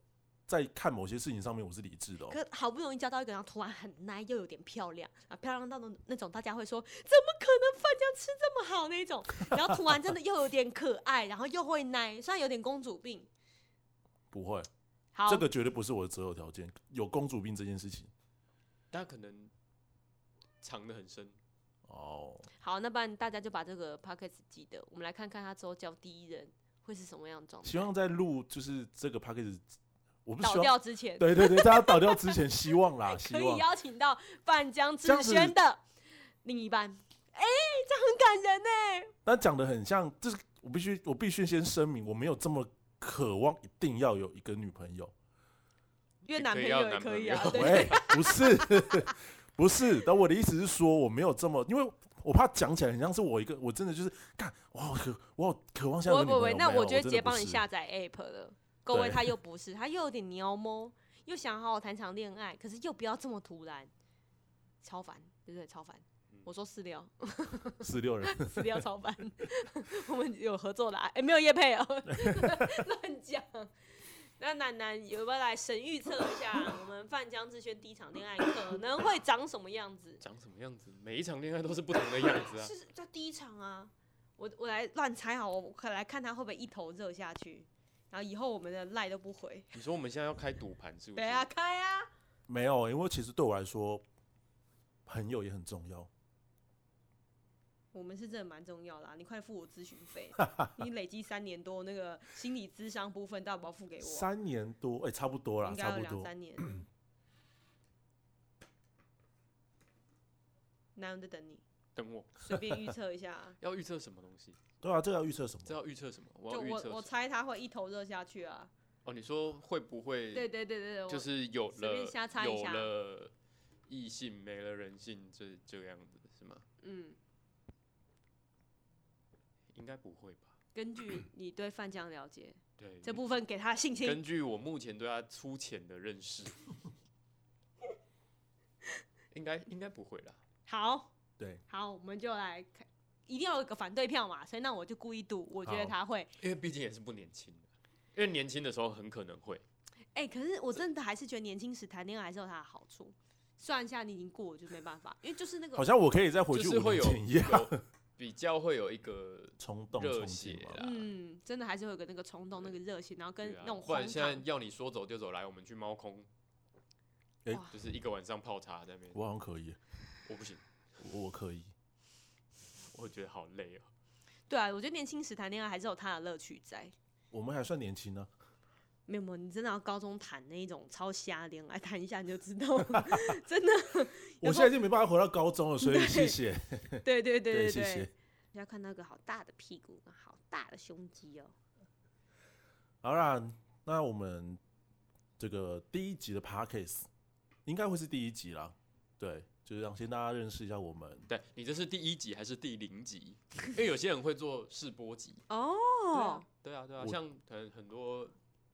[SPEAKER 2] 在看某些事情上面我是理智的哦。
[SPEAKER 1] 可好不容易交到一个，然后突然很奶又有点漂亮啊，漂亮到那种那种大家会说怎么可能饭酱吃这么好那
[SPEAKER 2] <laughs>
[SPEAKER 1] 种，然后突然真的又有点可爱，然后又会奶，虽然有点公主病。
[SPEAKER 2] 不会，
[SPEAKER 1] 好，
[SPEAKER 2] 这个绝对不是我的择偶条件。有公主病这件事情，
[SPEAKER 3] 但可能藏得很深。
[SPEAKER 2] 哦，
[SPEAKER 1] 好，那不然大家就把这个 p o c k e t 记得，我们来看看他之后交第一人会是什么样的状态。
[SPEAKER 2] 希望在录就是这个 p a c k a g e 我不是
[SPEAKER 1] 倒
[SPEAKER 2] 希望
[SPEAKER 1] 掉之 <laughs> 前，
[SPEAKER 2] 对对对，在他倒掉之前，希望啦，
[SPEAKER 1] <laughs>
[SPEAKER 2] 希
[SPEAKER 1] 可以啊
[SPEAKER 2] 望
[SPEAKER 1] 邀请到范江
[SPEAKER 2] 这
[SPEAKER 1] 志
[SPEAKER 2] 样子
[SPEAKER 1] 轩的另一半。哎、这样很感人呢、
[SPEAKER 2] 但讲的很像，就是我必须我必须先声明，我没有这么渴望一定要有一个女朋友。
[SPEAKER 1] 约
[SPEAKER 3] 也
[SPEAKER 1] 男
[SPEAKER 3] 可
[SPEAKER 1] 朋
[SPEAKER 3] 以要
[SPEAKER 1] 友也
[SPEAKER 3] 男
[SPEAKER 1] 可
[SPEAKER 3] 朋
[SPEAKER 1] 以啊，<laughs>
[SPEAKER 3] 友
[SPEAKER 1] 对。
[SPEAKER 2] <laughs> 喂，不是不是，但我的意思是说，我没有这么，因为我怕讲起来很像是我一个，我真的就是干，我好渴，我好渴望现在有
[SPEAKER 1] 不
[SPEAKER 2] 个
[SPEAKER 1] 不
[SPEAKER 2] 女朋
[SPEAKER 1] 不
[SPEAKER 2] 友。，
[SPEAKER 1] 那
[SPEAKER 2] 没有哎
[SPEAKER 1] 我觉得
[SPEAKER 2] 真
[SPEAKER 1] 直
[SPEAKER 2] 的
[SPEAKER 1] 接
[SPEAKER 2] 不
[SPEAKER 1] 帮你
[SPEAKER 2] 是
[SPEAKER 1] 下载 app 了。各位，
[SPEAKER 2] 对
[SPEAKER 1] 他又不是，他又有点喵猫，又想好好谈场恋爱，可是又不要这么突然，超烦，对不对？超烦。
[SPEAKER 2] 嗯
[SPEAKER 1] 我说私聊，
[SPEAKER 2] <laughs> 十六人，
[SPEAKER 1] 私聊超烦。 <laughs> 我们有合作的啊，哎、没有叶配哦，乱讲。那楠楠有没有来神预测一下我们范江志轩第一场恋爱可能会长什么样子？
[SPEAKER 3] 长什么样子？每一场恋爱都是不同的样
[SPEAKER 1] <laughs>
[SPEAKER 3] 子啊。
[SPEAKER 1] 是叫第一场啊，我我来乱猜好，我可来看他会不会一头热下去，然后以后我们的赖都不回。
[SPEAKER 3] 你说我们现在要开赌盘是不是？
[SPEAKER 1] 对啊，，开啊！
[SPEAKER 2] 没有，因为其实对我来说，朋友也很重要。
[SPEAKER 1] 我们是真的蛮重要啦，你快付我咨询
[SPEAKER 3] <laughs>
[SPEAKER 1] 费，你累积三年多那个心理咨商部分，到底要不要付给我？
[SPEAKER 2] 三年多，哎、差不多啦，
[SPEAKER 1] 应
[SPEAKER 2] 差
[SPEAKER 1] 该有
[SPEAKER 2] 不
[SPEAKER 1] 两
[SPEAKER 2] 多。
[SPEAKER 1] 三
[SPEAKER 3] <clears throat>
[SPEAKER 1] 年。男人在等你，
[SPEAKER 3] 等我
[SPEAKER 1] 随便预测一下啊。
[SPEAKER 3] 要预测什么东西？
[SPEAKER 2] 对啊，这个要预测什么？
[SPEAKER 3] 这要预测什么？ <laughs> 我
[SPEAKER 1] 就
[SPEAKER 3] 要预
[SPEAKER 1] 我
[SPEAKER 3] 测
[SPEAKER 1] 我
[SPEAKER 3] 什么
[SPEAKER 1] 猜他会一头热下去啊。
[SPEAKER 3] 哦，你说会不会？
[SPEAKER 1] 对对对对对，我
[SPEAKER 3] 就是有
[SPEAKER 1] 随便
[SPEAKER 3] 了
[SPEAKER 1] 瞎猜一
[SPEAKER 3] 有
[SPEAKER 1] 下
[SPEAKER 3] 了异性没了人性这这样子是吗？
[SPEAKER 1] 嗯，
[SPEAKER 3] 应该不会吧？
[SPEAKER 1] 根据你对范江了解，
[SPEAKER 3] 对，
[SPEAKER 1] 这部分给他信心。
[SPEAKER 3] 根据我目前对他粗浅的认识， <laughs> 应该应该不会啦。
[SPEAKER 1] 好，
[SPEAKER 2] 对，
[SPEAKER 1] 好，我们就来看，一定要有一个反对票嘛，所以那我就故意赌，我觉得
[SPEAKER 2] 好
[SPEAKER 1] 他会。
[SPEAKER 3] 因为毕竟也是不年轻的，因为年轻的时候很可能会。
[SPEAKER 1] 哎、可是我真的还是觉得年轻时谈恋爱还是有它的好处。虽然现在你已经过了，就没办法，因为就是那
[SPEAKER 2] 好
[SPEAKER 1] 个，
[SPEAKER 2] 像我可以再回去
[SPEAKER 3] 就是
[SPEAKER 2] 五
[SPEAKER 3] 会
[SPEAKER 2] 年
[SPEAKER 3] 有
[SPEAKER 2] 前一样，
[SPEAKER 3] 有比较会有一个
[SPEAKER 2] 冲动
[SPEAKER 3] 热
[SPEAKER 2] 冲
[SPEAKER 3] 血
[SPEAKER 2] 劲嘛。
[SPEAKER 3] 啦，
[SPEAKER 1] 嗯，真的还是会有个那个冲动、那个热情，然后跟
[SPEAKER 3] 对啊
[SPEAKER 1] 那种
[SPEAKER 3] 不
[SPEAKER 1] 荒
[SPEAKER 3] 然现在
[SPEAKER 1] 唐。
[SPEAKER 3] 要你说走就走，来我们去猫空，
[SPEAKER 2] 哎
[SPEAKER 1] 哇
[SPEAKER 3] 就是一个晚上泡茶在那边，
[SPEAKER 2] 我好像可以，
[SPEAKER 3] 我不行，
[SPEAKER 2] 我我可以。
[SPEAKER 3] 我觉得好累哦。
[SPEAKER 1] 对啊，我觉得年轻时谈恋爱还是有它的乐趣在。
[SPEAKER 2] 我们还算年轻呢、啊
[SPEAKER 1] 没有没有，你真的要高中谈那一种超瞎恋爱，谈一下你就知道，真的。
[SPEAKER 2] 我
[SPEAKER 1] 有时候
[SPEAKER 2] 现在已经没办法回到高中了，所以谢谢，
[SPEAKER 1] 对 <laughs> 对对对
[SPEAKER 2] 谢谢。
[SPEAKER 1] 你要看那个好大的屁股，好大的胸肌哦。
[SPEAKER 2] 好啦，那我们这个第一集的 podcast 应该会是第一集啦，对，就是让先大家认识一下我们。
[SPEAKER 3] 对你这是第一集还是第零集？因为有些人会做试播集，
[SPEAKER 1] <laughs>
[SPEAKER 3] 对
[SPEAKER 1] 哦
[SPEAKER 3] 啊，对啊，对啊，
[SPEAKER 2] 我
[SPEAKER 3] 像很很多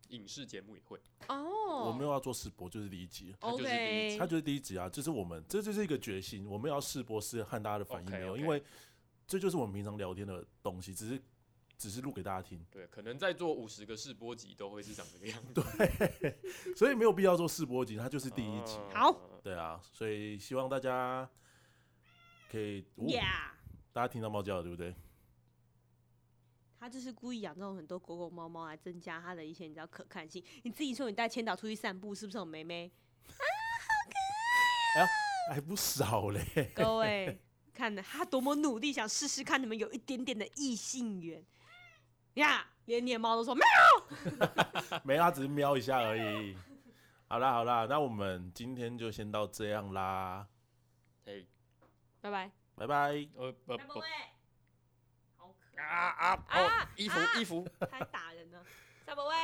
[SPEAKER 3] 影视节目也会，
[SPEAKER 2] 我没
[SPEAKER 1] 哦
[SPEAKER 2] 有要做试播，就是第一集，
[SPEAKER 3] 它就是第一
[SPEAKER 1] ，OK，
[SPEAKER 3] 集
[SPEAKER 2] 它就是第一集啊，这是我们这就是一个决心，我们要试播是看大家的反应没有
[SPEAKER 3] OK，OK
[SPEAKER 2] 因为这就是我们平常聊天的东西，只是只是录给大家听，
[SPEAKER 3] 对，可能在做五十个试播集都会是长这个样子。
[SPEAKER 2] 所以没有必要做试播集，它就是第一集。
[SPEAKER 3] 嗯
[SPEAKER 1] 好，
[SPEAKER 2] 对啊，所以希望大家可以，哦
[SPEAKER 1] Yeah，
[SPEAKER 2] 大家听到猫叫了对不对？
[SPEAKER 1] 他就是故意养这种很多狗狗、猫猫来增加它的一些你知道可看性。你自己说你带千岛出去散步，是不是有妹妹？
[SPEAKER 2] 还哎不少嘞。 <laughs>
[SPEAKER 1] 各位看的他多么努力，想试试看你们有一点点的异性缘呀！连你的猫都说喵。
[SPEAKER 2] 没啦，只是瞄一下而已。好啦好啦，那我们今天就先到这样啦，
[SPEAKER 3] 哎，
[SPEAKER 1] 拜拜，
[SPEAKER 2] 拜拜。
[SPEAKER 3] 呃
[SPEAKER 1] 拜
[SPEAKER 3] 呃
[SPEAKER 1] 拜。好可
[SPEAKER 3] 啊
[SPEAKER 1] 爱，
[SPEAKER 3] 啊哦，衣服
[SPEAKER 1] 啊
[SPEAKER 3] 衣服。
[SPEAKER 1] 还打人呢，撒伯威。